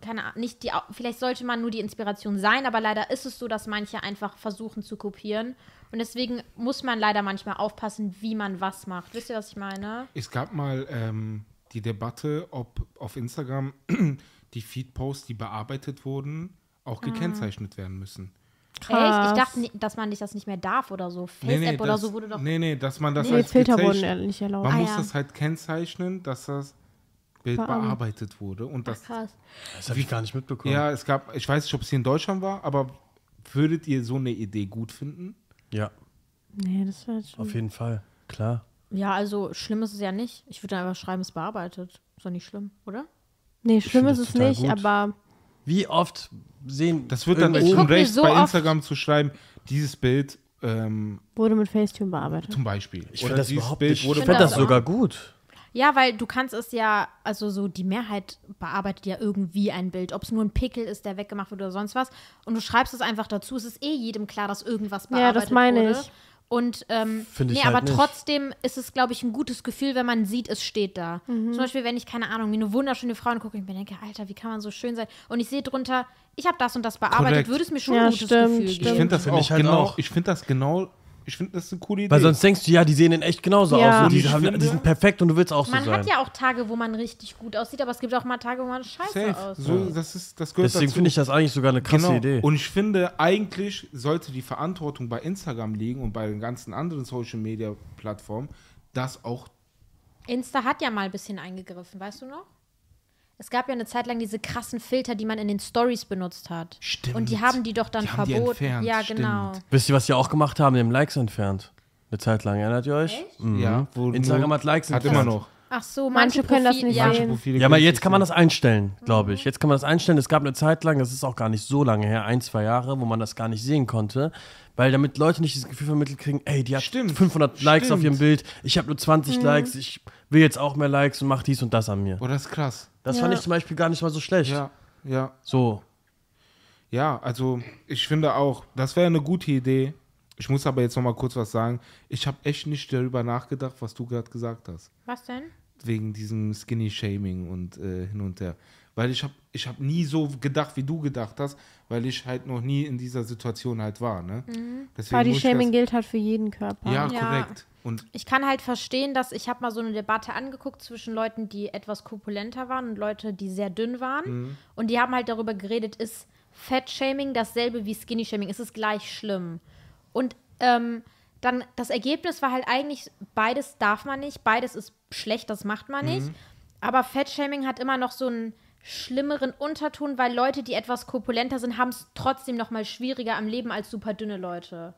Speaker 4: keine Ahnung, nicht die, Au- vielleicht sollte man nur die Inspiration sein, aber leider ist es so, dass manche einfach versuchen zu kopieren. Und deswegen muss man leider manchmal aufpassen, wie man was macht. Wisst ihr, was ich meine?
Speaker 2: Es gab mal ähm, die Debatte, ob auf Instagram die Feed-Posts, die bearbeitet wurden, auch
Speaker 4: Ah.
Speaker 2: gekennzeichnet werden müssen.
Speaker 1: Krass.
Speaker 4: Echt? Ich dachte, ni- dass man dich das nicht mehr darf oder so. FaceApp oder
Speaker 2: das,
Speaker 4: so wurde doch.
Speaker 2: nee, nee, dass man das
Speaker 1: Nee,
Speaker 2: als
Speaker 1: Filter wurden
Speaker 2: gezeichnet-
Speaker 1: nicht erlaubt.
Speaker 2: Man
Speaker 4: Ah,
Speaker 2: muss
Speaker 4: ja.
Speaker 2: das halt kennzeichnen, dass das Bild
Speaker 1: Bearbeitet.
Speaker 2: bearbeitet wurde. Und das,
Speaker 4: Krass.
Speaker 3: das habe ich gar nicht mitbekommen.
Speaker 2: ja, es gab, ich weiß nicht, ob es hier in Deutschland war, aber würdet ihr so eine Idee gut finden?
Speaker 3: Ja,
Speaker 1: Nee, das war jetzt schon.
Speaker 3: auf jeden Fall. Klar.
Speaker 4: Ja, also schlimm ist es ja nicht. Ich würde einfach schreiben, es bearbeitet. Ist doch nicht schlimm, oder?
Speaker 1: Nee, schlimm
Speaker 3: find
Speaker 1: ist
Speaker 3: das
Speaker 1: es
Speaker 3: total
Speaker 1: nicht,
Speaker 3: gut.
Speaker 1: aber
Speaker 3: Wie oft sehen.
Speaker 2: Das wird dann
Speaker 3: irgendwelche-
Speaker 4: guck
Speaker 2: oben
Speaker 4: mir
Speaker 2: rechts
Speaker 4: so
Speaker 2: bei
Speaker 4: oft-
Speaker 2: Instagram zu schreiben, dieses Bild Ähm,
Speaker 1: Wurde mit Facetune bearbeitet.
Speaker 2: zum Beispiel.
Speaker 3: Ich finde das
Speaker 2: dieses
Speaker 3: überhaupt
Speaker 2: Bild
Speaker 3: nicht. Ich
Speaker 2: wurde
Speaker 3: finde das
Speaker 4: bearbeitet.
Speaker 3: sogar gut.
Speaker 4: Ja, weil du kannst es ja, also so die Mehrheit bearbeitet ja irgendwie ein Bild. Ob es nur ein Pickel ist, der weggemacht wird oder sonst was. Und du schreibst es einfach dazu. Es ist eh jedem klar, dass irgendwas
Speaker 1: Ja, das
Speaker 4: bearbeitet
Speaker 1: meine
Speaker 4: wurde.
Speaker 1: ich.
Speaker 4: Und ähm,
Speaker 3: Finde ich
Speaker 4: nee,
Speaker 3: halt
Speaker 4: aber
Speaker 3: nicht.
Speaker 4: trotzdem ist es, glaube ich, ein gutes Gefühl, wenn man sieht, es steht da.
Speaker 1: Mhm.
Speaker 4: Zum Beispiel, wenn ich, keine Ahnung, mir eine wunderschöne Frau angucke und ich mir denke, Alter, wie kann man so schön sein? Und ich sehe drunter, ich habe das und das bearbeitet,
Speaker 2: Korrekt.
Speaker 4: würde es mir schon
Speaker 1: Ja,
Speaker 4: ein gutes
Speaker 1: stimmt,
Speaker 4: Gefühl
Speaker 1: stimmt.
Speaker 2: Ich
Speaker 4: geben.
Speaker 2: finde das
Speaker 3: Finde
Speaker 2: auch
Speaker 3: ich halt
Speaker 2: genau.
Speaker 3: auch.
Speaker 2: Ich finde das genau. Ich finde das eine coole Idee.
Speaker 3: Weil sonst denkst du, ja, die sehen in echt genauso
Speaker 1: Ja.
Speaker 3: aus. Und die,
Speaker 2: Ich
Speaker 3: haben,
Speaker 2: finde-
Speaker 3: die sind perfekt und du willst auch
Speaker 4: Man
Speaker 3: so sein.
Speaker 4: hat ja auch Tage, wo man richtig gut aussieht, aber es gibt auch mal Tage, wo man scheiße
Speaker 2: Safe.
Speaker 4: aussieht.
Speaker 2: So, das, ist, das gehört
Speaker 3: Deswegen
Speaker 2: dazu.
Speaker 3: finde ich das eigentlich sogar eine krasse Idee.
Speaker 2: Genau. Und ich finde, eigentlich sollte die Verantwortung bei Instagram liegen und bei den ganzen anderen Social Media Plattformen, das auch.
Speaker 4: Insta hat ja mal ein bisschen eingegriffen, weißt du noch? Es gab ja eine Zeit lang diese krassen Filter, die man in den Stories benutzt hat.
Speaker 2: Stimmt.
Speaker 4: Und die haben die doch dann
Speaker 2: Die haben die
Speaker 4: verboten.
Speaker 2: entfernt,
Speaker 4: ja,
Speaker 2: stimmt.
Speaker 4: genau.
Speaker 3: Wisst ihr, was die auch gemacht haben? Die haben Likes entfernt. Eine Zeit lang, erinnert ihr euch? Mhm.
Speaker 2: Ja, wo
Speaker 3: Instagram
Speaker 2: nur-
Speaker 3: hat Likes
Speaker 2: Hat
Speaker 3: entfernt.
Speaker 2: immer noch.
Speaker 4: Ach so,
Speaker 1: Manche
Speaker 4: manche,
Speaker 1: können das
Speaker 4: Profi-
Speaker 1: nicht
Speaker 4: Ja,
Speaker 1: sehen.
Speaker 2: Manche Profile
Speaker 3: Ja, aber
Speaker 2: können
Speaker 3: jetzt kann man
Speaker 2: nicht
Speaker 3: das einstellen, glaube ich. Jetzt kann man das einstellen. Es gab eine Zeit lang, das ist auch gar nicht so lange her, ein, zwei Jahre, wo man das gar nicht sehen konnte. Weil damit Leute nicht das Gefühl vermittelt kriegen, ey, die hat
Speaker 2: Stimmt,
Speaker 3: 500 Likes
Speaker 2: stimmt.
Speaker 3: auf ihrem Bild, ich habe nur 20
Speaker 4: Mhm.
Speaker 3: Likes, ich will jetzt auch mehr Likes und mach dies und das an mir.
Speaker 2: sehen. Boah, Oh, das ist krass.
Speaker 3: Das fand ich zum Beispiel gar nicht mal so schlecht.
Speaker 2: Ja, ja.
Speaker 3: So,
Speaker 2: Ja, also ich finde auch, das wäre eine gute Idee. Ich muss aber jetzt noch mal kurz was sagen. Ich habe echt nicht darüber nachgedacht, was du gerade gesagt hast.
Speaker 4: Was denn?
Speaker 2: Wegen diesem Skinny-Shaming und äh, hin und her. Weil ich habe ich hab nie so gedacht, wie du gedacht hast, weil ich halt noch nie in dieser Situation halt war. Ne? Deswegen muss ich
Speaker 1: Body-Shaming
Speaker 2: das-
Speaker 1: gilt halt für jeden Körper.
Speaker 2: Ja,
Speaker 4: Ja.
Speaker 2: korrekt. Und
Speaker 4: Ich kann halt verstehen, dass ich habe mal so eine Debatte angeguckt zwischen Leuten, die etwas korpulenter waren und Leute, die sehr dünn waren. Und die haben halt darüber geredet, ist Fettshaming dasselbe wie Skinny-Shaming? Ist es gleich schlimm? Und ähm, dann das Ergebnis war halt eigentlich, beides darf man nicht, beides ist schlecht, das macht man nicht. Aber Fettshaming hat immer noch so einen schlimmeren Unterton, weil Leute, die etwas korpulenter sind, haben es trotzdem noch mal schwieriger am Leben als super dünne Leute.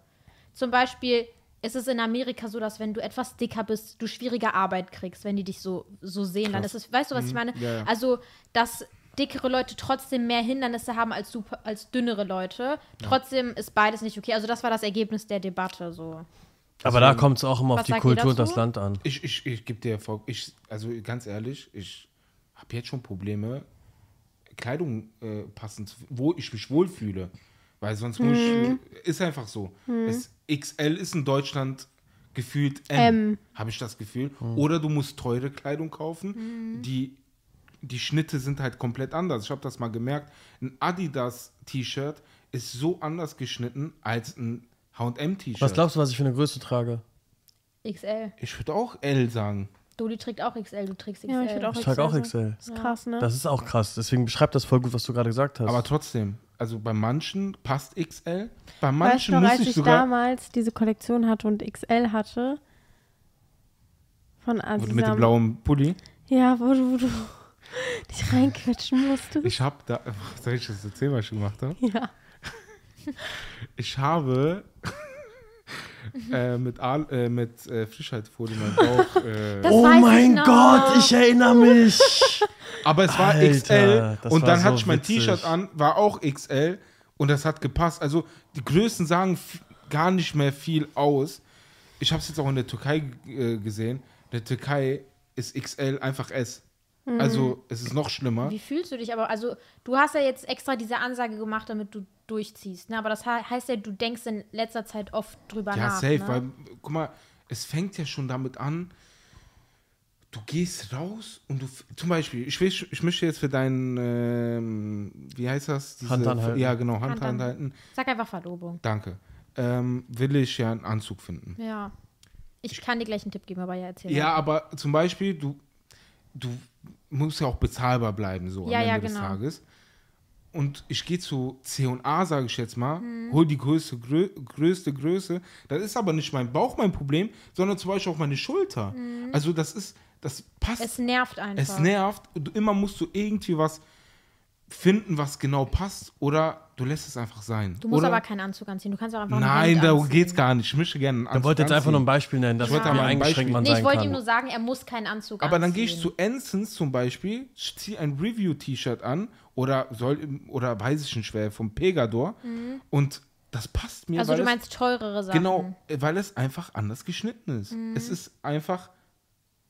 Speaker 4: Zum Beispiel ist es in Amerika so, dass wenn du etwas dicker bist, du schwieriger Arbeit kriegst, wenn die dich so, so sehen. Dann ist es, weißt du, was ich meine?
Speaker 2: Mhm. ja, ja.
Speaker 4: Also, dass dickere Leute trotzdem mehr Hindernisse haben als, super, als dünnere Leute. Trotzdem ist beides nicht okay. Also, das war das Ergebnis der Debatte so.
Speaker 3: aber da kommt es auch immer auf
Speaker 4: Was
Speaker 3: die
Speaker 4: sagt ihr
Speaker 3: Kultur und
Speaker 4: dazu?
Speaker 3: das Land an.
Speaker 2: ich, ich, ich gebe dir Erfolg. Ich, also ganz ehrlich, ich habe jetzt schon Probleme, Kleidung äh, passend, zu, wo ich mich wohlfühle. Weil sonst muss ich, ist einfach so. Es, XL ist in Deutschland gefühlt M, habe ich das Gefühl. Oder du musst teure Kleidung kaufen, die die Schnitte sind halt komplett anders. Ich habe das mal gemerkt. Ein Adidas-T-Shirt ist so anders geschnitten als ein H&M-T-Shirt.
Speaker 3: Was glaubst du, was ich für eine Größe trage?
Speaker 4: XL.
Speaker 2: Ich würde auch L sagen.
Speaker 4: Doli trägt auch XL, du trägst XL.
Speaker 1: Ja, ich würde auch
Speaker 3: Ich trage auch XL.
Speaker 1: Ist krass, ne?
Speaker 3: Das ist auch krass. Deswegen beschreibt das voll gut, was du gerade gesagt hast.
Speaker 2: Aber trotzdem, also bei manchen passt XL, bei
Speaker 1: Weißt du
Speaker 2: manchen
Speaker 1: noch,
Speaker 2: muss
Speaker 1: als
Speaker 2: ich
Speaker 1: ich
Speaker 2: sogar.
Speaker 1: damals diese Kollektion hatte und XL hatte? Von Adidas.
Speaker 2: Mit mit dem blauen Pulli.
Speaker 1: Ja, wo du, wo du dich reinquetschen musstest.
Speaker 2: Ich habe da. Soll ich das erzählen, was ich gemacht habe?
Speaker 1: Ja.
Speaker 2: Ich habe äh, mit, Al, äh, mit äh, Frischhaltefolie meinen Bauch. Äh,
Speaker 4: Das
Speaker 3: oh
Speaker 4: weiß ich
Speaker 3: mein
Speaker 4: noch.
Speaker 3: Gott, ich erinnere mich.
Speaker 2: aber es war
Speaker 3: Alter,
Speaker 2: XL
Speaker 3: das
Speaker 2: und
Speaker 3: war
Speaker 2: dann
Speaker 3: so
Speaker 2: hatte ich mein
Speaker 3: witzig.
Speaker 2: T-Shirt an, war auch XL und das hat gepasst. Also die Größen sagen f- gar nicht mehr viel aus. Ich habe es jetzt auch in der Türkei äh, gesehen. In der Türkei ist XL einfach S. Also es ist noch schlimmer.
Speaker 4: Mhm. Wie fühlst du dich aber? Also, du hast ja jetzt extra diese Ansage gemacht, damit du durchziehst. Ne? Aber das he- heißt ja, du denkst in letzter Zeit oft drüber
Speaker 2: Ja,
Speaker 4: nach.
Speaker 2: safe,
Speaker 4: ne?
Speaker 2: weil, guck mal, es fängt ja schon damit an, du gehst raus und du, f- zum Beispiel, ich, wisch, ich mische jetzt für deinen, ähm, wie heißt das? Diese,
Speaker 3: Hand anhalten.
Speaker 2: Ja, genau, Hand,
Speaker 4: Hand an-
Speaker 2: anhalten.
Speaker 4: Sag einfach Verlobung.
Speaker 2: Danke. Ähm, will ich ja einen Anzug finden.
Speaker 4: Ja. Ich kann dir gleich einen Tipp geben, aber ja, erzähl.
Speaker 2: Ja, aber zum Beispiel, du, du musst ja auch bezahlbar bleiben, so
Speaker 4: Ja,
Speaker 2: am Ende
Speaker 4: ja,
Speaker 2: des
Speaker 4: genau.
Speaker 2: Tages. Und ich gehe zu C&A, sage ich jetzt mal,
Speaker 4: Mhm.
Speaker 2: hol die größte, grö größte Größe. Das ist aber nicht mein Bauch mein Problem, sondern zum Beispiel auch meine Schulter. Also das ist, das passt,
Speaker 4: Mhm. Es
Speaker 2: es,
Speaker 4: nervt einfach.
Speaker 2: nervt. Und immer musst du irgendwie was finden, was genau passt oder du lässt es einfach sein.
Speaker 4: Du musst
Speaker 2: oder?
Speaker 4: aber keinen Anzug anziehen. Du kannst auch einfach
Speaker 2: Nein,
Speaker 4: da
Speaker 2: da geht's gar nicht. Ich mische gerne einen
Speaker 3: Er
Speaker 2: Anzug
Speaker 3: wollte jetzt einfach
Speaker 2: anziehen.
Speaker 3: nur ein Beispiel nennen, dass
Speaker 2: Ich wollte
Speaker 3: wie
Speaker 2: aber ein
Speaker 3: eingeschränkt
Speaker 2: Beispiel.
Speaker 3: man
Speaker 4: Nee, ich
Speaker 3: sein
Speaker 4: wollte ihm
Speaker 3: kann.
Speaker 4: nur sagen, er muss keinen Anzug
Speaker 2: Aber
Speaker 4: anziehen.
Speaker 2: dann gehe ich zu Ensons zum Beispiel, ziehe ein Review-T-Shirt an oder soll oder weiß ich nicht wer vom Pegador und das passt mir.
Speaker 4: Mhm.
Speaker 2: eh,
Speaker 4: Also
Speaker 2: weil
Speaker 4: du
Speaker 2: es-
Speaker 4: meinst teurere Sachen. Mhm.
Speaker 2: Genau, äh, weil es einfach anders geschnitten ist. Es ist einfach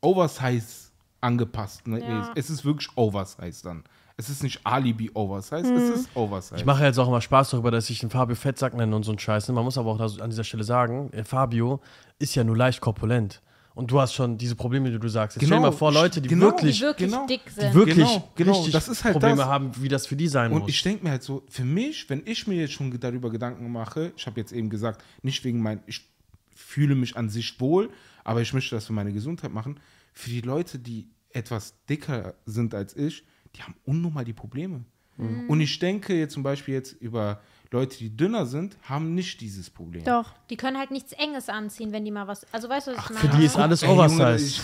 Speaker 2: Oversize angepasst. Ne?
Speaker 4: Ja.
Speaker 2: Es ist wirklich Oversize dann. Es ist nicht Alibi Oversize,
Speaker 4: Mhm.
Speaker 2: es ist Oversize.
Speaker 3: Ich mache jetzt auch mal Spaß darüber, dass ich den Fabio Fettsack nenne und so einen Scheiß. ne? Man muss aber auch da- an dieser Stelle sagen, äh, Fabio ist ja nur leicht korpulent. Und du hast schon diese Probleme, die du sagst. Jetzt stell dir
Speaker 2: Genau,
Speaker 3: mal vor, Leute, die
Speaker 2: genau.
Speaker 4: Die
Speaker 3: wirklich,
Speaker 4: wirklich
Speaker 2: genau.
Speaker 4: dick sind.
Speaker 3: die wirklich
Speaker 2: Genau, genau,
Speaker 3: richtig
Speaker 2: das ist halt
Speaker 3: Probleme
Speaker 2: das.
Speaker 3: haben, wie das für die sein
Speaker 2: Und
Speaker 3: muss.
Speaker 2: ich denke mir halt so, für mich, wenn ich mir jetzt schon darüber Gedanken mache, ich habe jetzt eben gesagt, nicht wegen mein, ich fühle mich an sich wohl, aber ich möchte das für meine Gesundheit machen. Für die Leute, die etwas dicker sind als ich, die haben unnormal die Probleme. Und ich denke jetzt zum Beispiel jetzt über Leute, die dünner sind, haben nicht dieses Problem.
Speaker 1: Doch.
Speaker 4: Die können halt nichts Enges anziehen, wenn die mal was. Also weißt du, was ich
Speaker 3: für
Speaker 4: meine?
Speaker 3: die ist alles
Speaker 2: Ey, Junge,
Speaker 3: Oversize.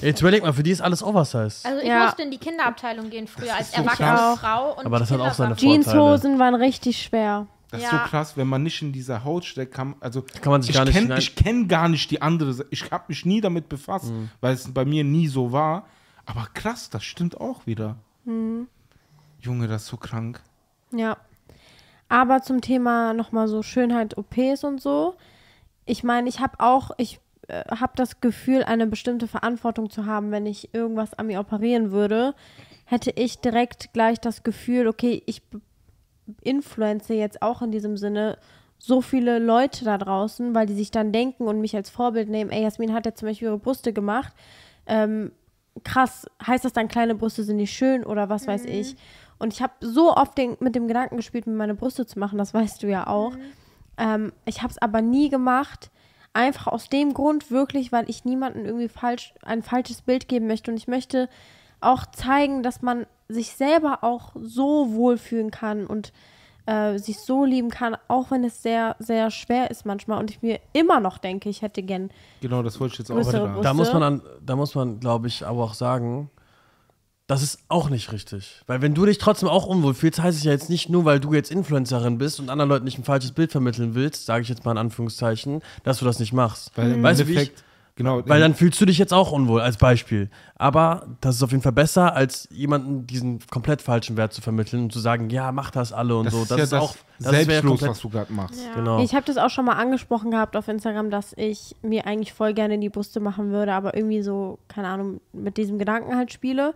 Speaker 3: Jetzt überleg mal, für die ist alles Oversize.
Speaker 4: also ich
Speaker 1: Ja.
Speaker 4: musste in die Kinderabteilung gehen früher als
Speaker 2: ist so
Speaker 4: erwachsene
Speaker 2: krass.
Speaker 4: Frau. Und
Speaker 3: Aber
Speaker 4: die
Speaker 3: das hat auch
Speaker 4: Kinder
Speaker 3: seine
Speaker 4: waren-
Speaker 1: Jeanshosen waren richtig schwer.
Speaker 2: Das ist
Speaker 4: Ja.
Speaker 2: so krass, wenn man nicht in dieser Haut steckt, kann, also
Speaker 3: Kann man sich
Speaker 2: ich
Speaker 3: gar nicht
Speaker 2: kenn-
Speaker 3: hinein-
Speaker 2: Ich kenne gar nicht die andere Seite. Ich habe mich nie damit befasst,
Speaker 3: Mhm.
Speaker 2: weil es bei mir nie so war. Aber krass, das stimmt auch wieder.
Speaker 3: Mhm.
Speaker 2: Junge, das ist so krank.
Speaker 1: Ja. Aber zum Thema nochmal so Schönheit, OPs und so. Ich meine, ich habe auch, ich äh, habe das Gefühl, eine bestimmte Verantwortung zu haben, wenn ich irgendwas an mir operieren würde. Hätte ich direkt gleich das Gefühl, okay, ich b- influence jetzt auch in diesem Sinne so viele Leute da draußen, weil die sich dann denken und mich als Vorbild nehmen, ey, Jasmin hat ja zum Beispiel ihre Brüste gemacht. Ähm, krass, heißt das dann, kleine Brüste sind nicht schön oder was weiß ich. Und ich habe so oft den, mit dem Gedanken gespielt, mir meine Brüste zu machen, das weißt du ja auch. Ähm, ich habe es aber nie gemacht, einfach aus dem Grund wirklich, weil ich niemandem irgendwie falsch, ein falsches Bild geben möchte. Und ich möchte auch zeigen, dass man sich selber auch so wohlfühlen kann und äh, sich so lieben kann, auch wenn es sehr, sehr schwer ist manchmal. Und ich mir immer noch denke, ich hätte gern
Speaker 2: Genau, das wollte ich jetzt auch
Speaker 1: Größere
Speaker 2: sagen.
Speaker 1: Brust.
Speaker 3: Da muss man, an, da muss man, glaube ich, aber auch sagen, das ist auch nicht richtig. Weil wenn du dich trotzdem auch unwohl fühlst, heißt es ja jetzt nicht nur, weil du jetzt Influencerin bist und anderen Leuten nicht ein falsches Bild vermitteln willst, sage ich jetzt mal in Anführungszeichen, dass du das nicht machst.
Speaker 2: Weil im
Speaker 3: Weißt du, wie ich,
Speaker 2: Endeffekt- genau,
Speaker 3: weil
Speaker 2: im-
Speaker 3: dann fühlst du dich jetzt auch unwohl, als Beispiel. Aber das ist auf jeden Fall besser, als jemandem diesen komplett falschen Wert zu vermitteln und zu sagen, ja, mach das alle und
Speaker 2: das
Speaker 3: so.
Speaker 2: ist ja das
Speaker 3: auch das wäre ja
Speaker 2: selbstlos,
Speaker 3: komplett-
Speaker 2: was du gerade machst.
Speaker 3: Genau.
Speaker 1: Ich habe das auch schon mal angesprochen gehabt auf Instagram, dass ich mir eigentlich voll gerne die Brüste machen würde, aber irgendwie so, keine Ahnung, mit diesem Gedanken halt spiele.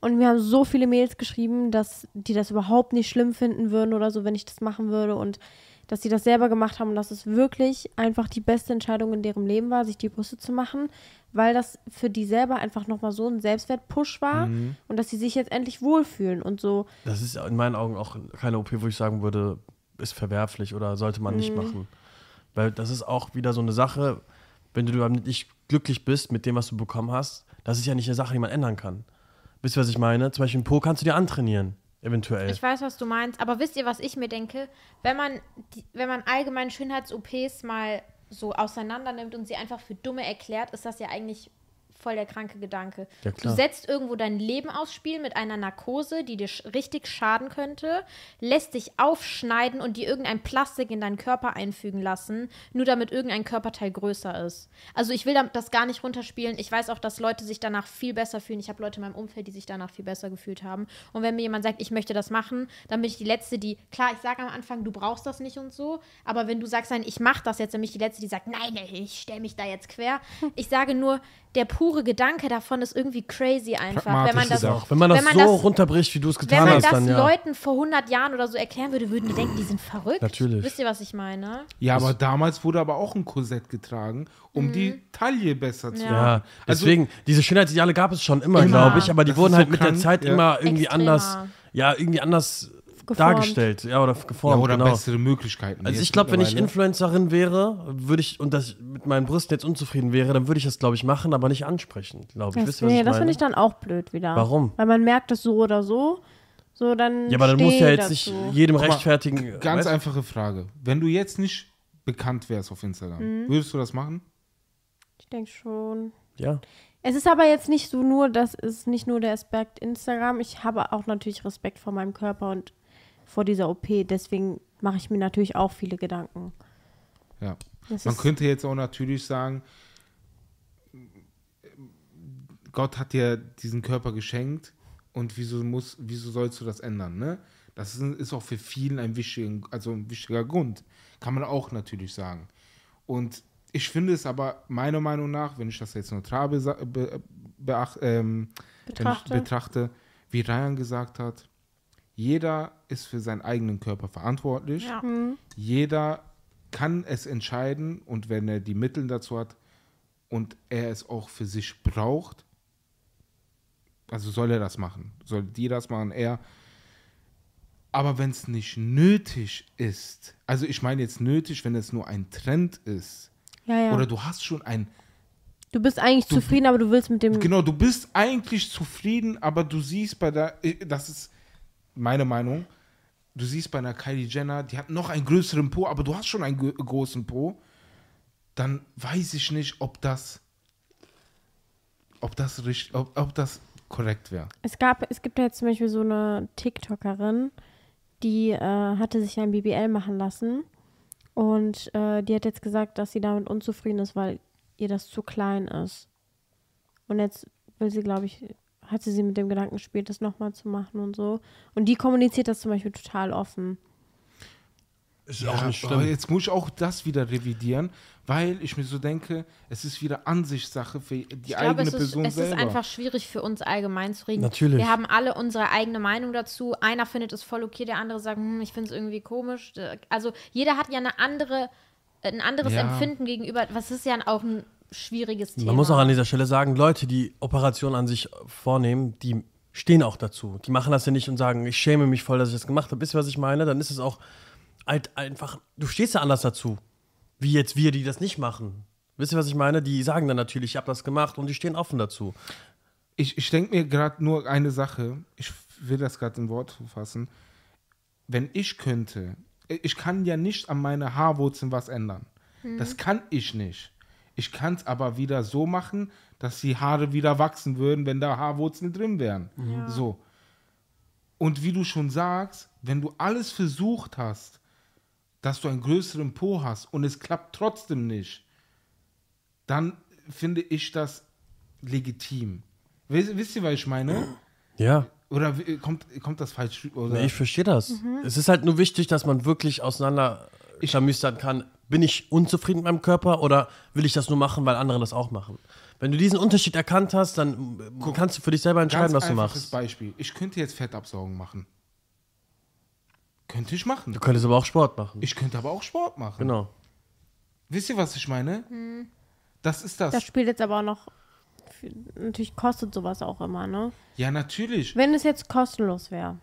Speaker 1: Und mir haben so viele Mails geschrieben, dass die das überhaupt nicht schlimm finden würden oder so, wenn ich das machen würde und dass sie das selber gemacht haben und dass es wirklich einfach die beste Entscheidung in deren Leben war, sich die Brüste zu machen, weil das für die selber einfach nochmal so ein Selbstwertpush war und dass sie sich jetzt endlich wohlfühlen und so.
Speaker 3: Das ist in meinen Augen auch keine OP, wo ich sagen würde, ist verwerflich oder sollte man
Speaker 4: Mhm.
Speaker 3: nicht machen. Weil das ist auch wieder so eine Sache, wenn du damit nicht glücklich bist mit dem, was du bekommen hast, das ist ja nicht eine Sache, die man ändern kann. Wisst ihr, was ich meine? Zum Beispiel einen Po kannst du dir antrainieren, eventuell.
Speaker 4: Ich weiß, was du meinst, aber wisst ihr, was ich mir denke? Wenn man, die, wenn man allgemein Schönheits-OPs mal so auseinander nimmt und sie einfach für dumme erklärt, ist das ja eigentlich voll der kranke Gedanke.
Speaker 3: Ja,
Speaker 4: du
Speaker 3: klar.
Speaker 4: setzt irgendwo dein Leben aufs Spiel mit einer Narkose, die dir sch- richtig schaden könnte, lässt dich aufschneiden und dir irgendein Plastik in deinen Körper einfügen lassen, nur damit irgendein Körperteil größer ist. Also ich will dam- das gar nicht runterspielen. Ich weiß auch, dass Leute sich danach viel besser fühlen. Ich habe Leute in meinem Umfeld, die sich danach viel besser gefühlt haben. Und wenn mir jemand sagt, ich möchte das machen, dann bin ich die Letzte, die, klar, ich sage am Anfang, du brauchst das nicht und so, aber wenn du sagst, nein, ich mache das jetzt, dann bin ich die Letzte, die sagt, nein, nee, ich stelle mich da jetzt quer. Ich sage nur, der pure Gedanke davon ist irgendwie crazy einfach. Wenn man
Speaker 2: Pragmatisch
Speaker 4: das,
Speaker 2: gesagt.
Speaker 3: Wenn man das
Speaker 4: wenn man
Speaker 3: so
Speaker 4: das-
Speaker 3: runterbricht, wie du es
Speaker 4: wenn
Speaker 3: getan
Speaker 4: man
Speaker 3: hast,
Speaker 4: das
Speaker 3: dann ja.
Speaker 4: Leuten vor 100 Jahren oder so erklären würde, würden die denken, die sind verrückt.
Speaker 3: Natürlich.
Speaker 4: Wisst ihr, was ich meine?
Speaker 2: Ja, aber damals wurde aber auch ein Korsett getragen, um die Taille besser zu machen.
Speaker 3: Mhm.
Speaker 4: Also-
Speaker 2: Also
Speaker 3: ja, deswegen, diese Schönheitsideale gab es schon immer,
Speaker 2: Immer.
Speaker 3: glaube ich, aber die
Speaker 2: Das
Speaker 3: wurden
Speaker 2: ist
Speaker 3: halt
Speaker 2: so
Speaker 3: mit der
Speaker 2: krank,
Speaker 3: Zeit
Speaker 2: ja.
Speaker 3: immer irgendwie
Speaker 4: Extremer.
Speaker 3: anders, ja, irgendwie anders
Speaker 1: Geformt.
Speaker 3: dargestellt, ja, oder
Speaker 2: ja,
Speaker 3: geformt,
Speaker 2: oder
Speaker 3: genau.
Speaker 2: bessere Möglichkeiten.
Speaker 3: Also
Speaker 2: Jetzt
Speaker 3: ich glaube, wenn ich
Speaker 2: mittlerweile-
Speaker 3: Influencerin wäre, würde ich und das mit meinen Brüsten jetzt unzufrieden wäre, dann würde ich das, glaube ich, machen, aber nicht ansprechen, glaube
Speaker 1: Das,
Speaker 3: ich. Wisst ihr, was
Speaker 1: nee,
Speaker 3: ich
Speaker 1: das
Speaker 3: meine?
Speaker 1: finde ich dann auch blöd wieder.
Speaker 3: Warum?
Speaker 1: Weil man merkt es so oder so. So, dann.
Speaker 3: ja, aber dann muss
Speaker 1: steh
Speaker 3: ja jetzt
Speaker 1: dazu.
Speaker 3: nicht jedem
Speaker 2: mal,
Speaker 3: rechtfertigen.
Speaker 2: Ganz
Speaker 3: weißt du?
Speaker 2: einfache Frage. Wenn du jetzt nicht bekannt wärst auf Instagram,
Speaker 1: Mhm.
Speaker 2: würdest du das machen?
Speaker 1: Ich denke schon.
Speaker 3: Ja.
Speaker 1: Es ist aber jetzt nicht so nur, das ist nicht nur der Aspekt Instagram. Ich habe auch natürlich Respekt vor meinem Körper und vor dieser OP. Deswegen mache ich mir natürlich auch viele Gedanken.
Speaker 2: Ja.
Speaker 1: Das
Speaker 2: Man
Speaker 1: ist-
Speaker 2: könnte jetzt auch natürlich sagen, Gott hat dir diesen Körper geschenkt und wieso muss, wieso sollst du das ändern, ne? Das ist, ist auch für vielen ein, wichtigen, also ein wichtiger Grund. Kann man auch natürlich sagen. Und ich finde es aber meiner Meinung nach, wenn ich das jetzt neutral besa- be, beach, ähm,
Speaker 1: Betrachte.
Speaker 2: Wenn ich betrachte, wie Ryan gesagt hat, jeder ist für seinen eigenen Körper verantwortlich.
Speaker 4: Ja.
Speaker 2: Jeder kann es entscheiden und wenn er die Mittel dazu hat und er es auch für sich braucht, also soll er das machen, soll die das machen, er. Aber wenn es nicht nötig ist, also ich meine jetzt nötig, wenn es nur ein Trend ist,
Speaker 1: Ja, ja.
Speaker 2: oder du hast schon ein,
Speaker 1: du bist eigentlich zufrieden, aber du willst mit
Speaker 4: Mhm.
Speaker 1: dem.
Speaker 2: genau, du bist eigentlich zufrieden, aber du siehst bei der, äh, das ist meine Meinung, du siehst bei einer Kylie Jenner, die hat noch einen größeren Po, aber du hast schon einen gro- großen Po, dann weiß ich nicht, ob das, ob das richtig, ob, ob das korrekt wäre.
Speaker 1: Es gab, es gibt ja jetzt zum Beispiel so eine TikTokerin, die äh, hatte sich ein BBL machen lassen und äh, die hat jetzt gesagt, dass sie damit unzufrieden ist, weil ihr das zu klein ist. Und jetzt will sie, glaube ich, hatte sie mit dem Gedanken gespielt, das nochmal zu machen und so. Und die kommuniziert das zum Beispiel total offen.
Speaker 3: Ist
Speaker 2: Ja, aber jetzt muss ich auch das wieder revidieren, weil ich mir so denke, es ist wieder Ansichtssache für die
Speaker 4: Ich glaube,
Speaker 2: eigene
Speaker 4: es, ist,
Speaker 2: Person
Speaker 4: es
Speaker 2: selber.
Speaker 4: ist einfach schwierig für uns allgemein zu reden.
Speaker 3: Natürlich.
Speaker 4: Wir haben alle unsere eigene Meinung dazu. Einer findet es voll okay, der andere sagt, hm, ich finde es irgendwie komisch. Also jeder hat ja eine andere, äh, ein anderes
Speaker 2: Ja.
Speaker 4: Empfinden gegenüber. Was ist ja auch ein schwieriges Thema.
Speaker 3: Man muss auch an dieser Stelle sagen, Leute, die Operationen an sich vornehmen, die stehen auch dazu. Die machen das ja nicht und sagen, ich schäme mich voll, dass ich das gemacht habe. Wisst ihr, was ich meine? Dann ist es auch halt einfach, du stehst ja anders dazu, wie jetzt wir, die das nicht machen. Wisst ihr, was ich meine? Die sagen dann natürlich, ich habe das gemacht und die stehen offen dazu.
Speaker 2: Ich, ich denke mir gerade nur eine Sache, ich will das gerade in Wort fassen. Wenn ich könnte, ich kann ja nicht an meine Haarwurzeln was ändern. Das kann ich nicht. Ich kann es aber wieder so machen, dass die Haare wieder wachsen würden, wenn da Haarwurzeln drin wären. So. Und wie du schon sagst, wenn du alles versucht hast, dass du einen größeren Po hast und es klappt trotzdem nicht, dann finde ich das legitim. Wisst, wisst ihr, was ich meine?
Speaker 3: Ja.
Speaker 2: Oder wie- kommt, kommt das falsch? Oder?
Speaker 3: Nee, ich verstehe das.
Speaker 2: Mhm.
Speaker 3: Es ist halt nur wichtig, dass man wirklich auseinander klamüstern kann. Bin ich unzufrieden mit meinem Körper oder will ich das nur machen, weil andere das auch machen? Wenn du diesen Unterschied erkannt hast, dann äh, kannst du für dich selber entscheiden, was du
Speaker 2: einfaches
Speaker 3: machst.
Speaker 2: Beispiel. Ich könnte jetzt Fettabsaugen machen. Könnte ich machen.
Speaker 3: Du könntest aber auch Sport machen.
Speaker 2: Ich könnte aber auch Sport machen.
Speaker 3: Genau.
Speaker 2: Wisst ihr, was ich meine?
Speaker 4: Hm.
Speaker 2: Das ist das.
Speaker 1: Das spielt jetzt aber auch noch. für- Natürlich kostet sowas auch immer, ne?
Speaker 2: Ja, natürlich.
Speaker 1: Wenn es jetzt kostenlos wäre.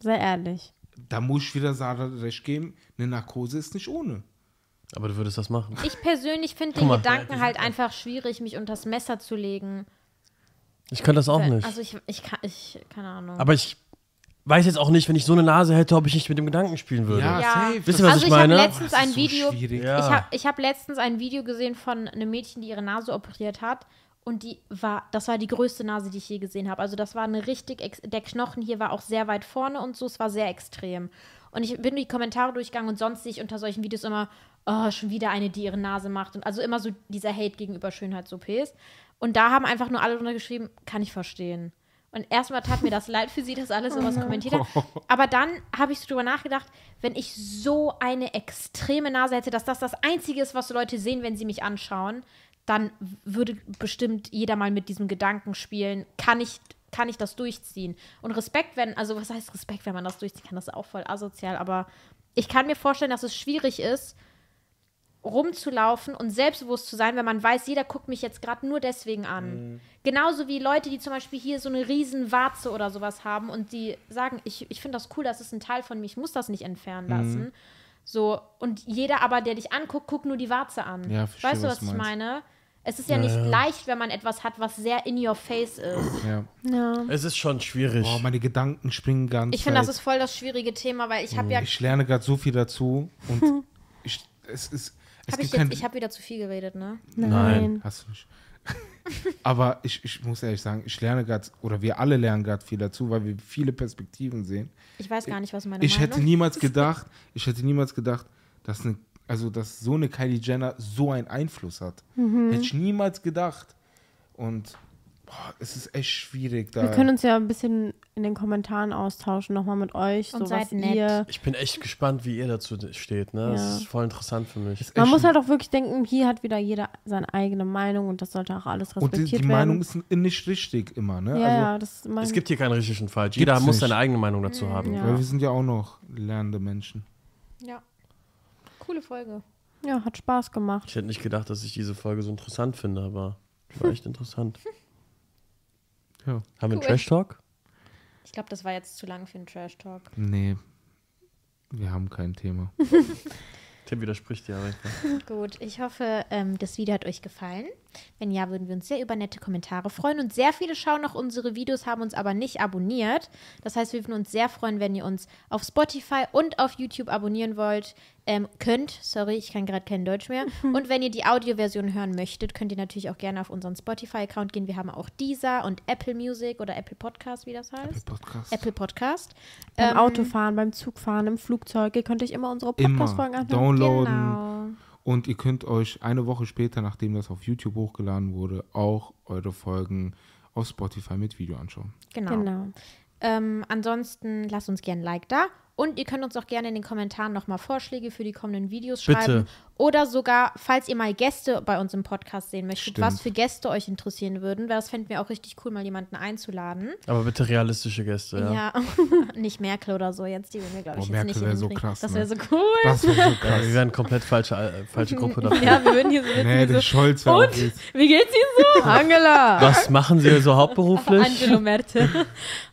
Speaker 1: Sei ehrlich.
Speaker 2: Da muss ich wieder Sarah recht geben. Eine Narkose ist nicht ohne.
Speaker 3: Aber du würdest das machen.
Speaker 4: ich persönlich finde
Speaker 3: Guck
Speaker 4: den
Speaker 3: mal.
Speaker 4: Gedanken halt einfach schwierig, mich unter das Messer zu legen.
Speaker 3: Ich könnte das auch nicht.
Speaker 4: Also ich, ich, kann, ich keine Ahnung.
Speaker 3: aber ich weiß jetzt auch nicht, wenn ich so eine Nase hätte, ob ich nicht mit dem Gedanken spielen würde.
Speaker 2: Ja,
Speaker 4: Ja.
Speaker 2: safe.
Speaker 3: Wisst ihr,
Speaker 2: Das-
Speaker 3: was
Speaker 4: also
Speaker 3: ich
Speaker 4: ich habe
Speaker 3: meine?
Speaker 4: letztens
Speaker 2: Das ist
Speaker 4: ein
Speaker 2: so
Speaker 4: Video,
Speaker 2: schwierig.
Speaker 3: Ja.
Speaker 4: Ich habe ich hab letztens ein Video gesehen von einem Mädchen, die ihre Nase operiert hat. Und die war, das war die größte Nase, die ich je gesehen habe. Also das war eine richtig, ex der Knochen hier war auch sehr weit vorne und so, es war sehr extrem. Und ich bin die Kommentare durchgegangen und sonst sehe ich unter solchen Videos immer, oh, schon wieder eine, die ihre Nase macht. Und also immer so dieser Hate gegenüber Schönheits-OPs. Und da haben einfach nur alle drunter geschrieben, kann ich verstehen. Und erstmal tat mir das leid für sie, dass alle sowas kommentiert haben. Aber dann habe ich so drüber nachgedacht, wenn ich so eine extreme Nase hätte, dass das das Einzige ist, was so Leute sehen, wenn sie mich anschauen, dann w- würde bestimmt jeder mal mit diesem Gedanken spielen, kann ich, kann ich das durchziehen? Und Respekt, wenn, also was heißt Respekt, wenn man das durchziehen kann, das ist auch voll asozial, aber ich kann mir vorstellen, dass es schwierig ist, rumzulaufen und selbstbewusst zu sein, wenn man weiß, jeder guckt mich jetzt gerade nur deswegen an.
Speaker 2: Mhm.
Speaker 4: Genauso wie Leute, die zum Beispiel hier so eine riesen Warze oder sowas haben und die sagen, ich, ich finde das cool, das ist ein Teil von mir, ich muss das nicht
Speaker 2: Mhm.
Speaker 4: entfernen lassen. So, und jeder aber, der dich anguckt, guckt nur die Warze an.
Speaker 2: Ja, verstehe,
Speaker 4: weißt du,
Speaker 2: was
Speaker 4: was,
Speaker 2: du
Speaker 4: ich
Speaker 2: meinst.
Speaker 4: meine? Es ist ja nicht leicht, wenn man etwas hat, was sehr in your face ist.
Speaker 2: Ja.
Speaker 1: Ja.
Speaker 3: Es ist schon schwierig.
Speaker 2: Boah, meine Gedanken springen ganz.
Speaker 4: Ich finde, das ist voll das schwierige Thema, weil ich habe ja,
Speaker 2: Oh, Ich lerne gerade so viel dazu und ich, es ist. Es
Speaker 4: hab
Speaker 2: gibt
Speaker 4: ich,
Speaker 2: kein,
Speaker 4: jetzt- ich habe wieder zu viel geredet, ne?
Speaker 1: Nein.
Speaker 2: Hast du nicht. Aber ich, ich muss ehrlich sagen, ich lerne gerade, oder wir alle lernen gerade viel dazu, weil wir viele Perspektiven sehen.
Speaker 4: Ich weiß gar nicht, was meine
Speaker 2: Ich
Speaker 4: Meinung
Speaker 2: hätte niemals gedacht, ich hätte niemals gedacht, dass, eine, also dass so eine Kylie Jenner so einen Einfluss hat.
Speaker 1: Mhm.
Speaker 2: Hätte ich niemals gedacht. Und boah, es ist echt schwierig da.
Speaker 1: Wir können uns ja ein bisschen in den Kommentaren austauschen, nochmal mit euch.
Speaker 4: Und
Speaker 1: so
Speaker 4: seid
Speaker 1: was
Speaker 4: nett.
Speaker 1: Ihr,
Speaker 3: Ich bin echt gespannt, wie ihr dazu steht. Ne?
Speaker 1: Ja.
Speaker 3: Das ist voll interessant für mich.
Speaker 1: man
Speaker 2: Echt-
Speaker 1: muss halt auch wirklich denken, hier hat wieder jeder seine eigene Meinung und das sollte auch alles
Speaker 2: Und die,
Speaker 1: respektiert
Speaker 2: die
Speaker 1: werden.
Speaker 2: Meinung ist n- nicht richtig immer, ne?
Speaker 1: ja,
Speaker 2: also,
Speaker 1: ja, das meine
Speaker 3: Es gibt hier keinen richtig und falsch. Jeder
Speaker 2: Gibt's
Speaker 3: muss
Speaker 2: nicht.
Speaker 3: seine eigene Meinung dazu haben.
Speaker 1: ja.
Speaker 2: Weil wir sind ja auch noch lernende Menschen.
Speaker 4: Ja. Coole Folge.
Speaker 1: ja, hat Spaß gemacht.
Speaker 3: Ich hätte nicht gedacht, dass ich diese Folge so interessant finde, aber war echt interessant.
Speaker 2: Ja.
Speaker 3: Haben wir einen
Speaker 4: Cool.
Speaker 3: Trash Talk?
Speaker 4: Ich glaube, das war jetzt zu lang für einen Trash Talk.
Speaker 2: Nee. Wir haben kein Thema.
Speaker 3: Tim widerspricht ja.
Speaker 4: Gut, ich hoffe, ähm, das Video hat euch gefallen. Wenn ja, würden wir uns sehr über nette Kommentare freuen. Und sehr viele schauen noch unsere Videos, haben uns aber nicht abonniert. Das heißt, wir würden uns sehr freuen, wenn ihr uns auf Spotify und auf YouTube abonnieren wollt. Ähm, könnt, sorry, ich kann gerade kein Deutsch mehr. Und wenn ihr die Audioversion hören möchtet, könnt ihr natürlich auch gerne auf unseren Spotify-Account gehen. Wir haben auch Deezer und Apple Music oder Apple Podcast, wie das heißt.
Speaker 2: Podcast.
Speaker 4: Apple Podcast.
Speaker 1: Beim
Speaker 4: Ähm,
Speaker 1: Autofahren, beim Zugfahren, im Flugzeug, ihr könnt euch immer unsere
Speaker 2: Immer.
Speaker 1: Podcast-Folgen anhören.
Speaker 2: Downloaden.
Speaker 4: Genau.
Speaker 2: Und ihr könnt euch eine Woche später, nachdem das auf YouTube hochgeladen wurde, auch eure Folgen auf Spotify mit Video anschauen.
Speaker 4: Genau.
Speaker 1: Genau.
Speaker 4: Ähm, ansonsten lasst uns gerne ein Like da. Und ihr könnt uns auch gerne in den Kommentaren nochmal Vorschläge für die kommenden Videos
Speaker 3: Bitte.
Speaker 4: schreiben. Oder sogar, falls ihr mal Gäste bei uns im Podcast sehen möchtet,
Speaker 2: Stimmt.
Speaker 4: was für Gäste euch interessieren würden. weil Das fänden wir auch richtig cool, mal jemanden einzuladen.
Speaker 3: Aber bitte realistische Gäste, ja.
Speaker 4: Ja, nicht Merkel oder so jetzt. Die würden wir, glaube ich,
Speaker 2: Boah, Oh,
Speaker 4: jetzt
Speaker 2: Merkel
Speaker 4: nicht
Speaker 2: wär so
Speaker 4: hinkriegen.
Speaker 2: krass,
Speaker 4: Das
Speaker 2: ne?
Speaker 4: wäre so cool.
Speaker 2: Das war so
Speaker 3: Ja, wir
Speaker 2: krass.
Speaker 3: wären eine komplett falsche, äh, falsche Gruppe dafür.
Speaker 4: Ja, wir würden hier so sitzen.
Speaker 2: Nee,
Speaker 4: wie so,
Speaker 2: der Scholz war
Speaker 4: und?
Speaker 2: jetzt-
Speaker 4: Wie geht's Ihnen so? Angela!
Speaker 3: Was machen Sie so hauptberuflich?
Speaker 4: Angelo Merte.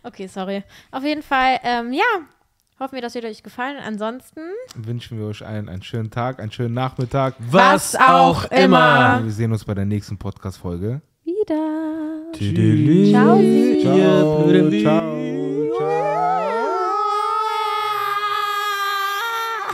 Speaker 4: Okay, sorry. Auf jeden Fall, ähm, ja. Hoffen wir, das wird euch gefallen. Ansonsten
Speaker 2: Wünschen wir euch allen einen schönen Tag, einen schönen Nachmittag.
Speaker 3: Was auch immer.
Speaker 2: Wir sehen uns bei der nächsten Podcast-Folge.
Speaker 1: Wieder.
Speaker 3: Tschüssi.
Speaker 1: Ciao.
Speaker 2: Ciao. Ciao.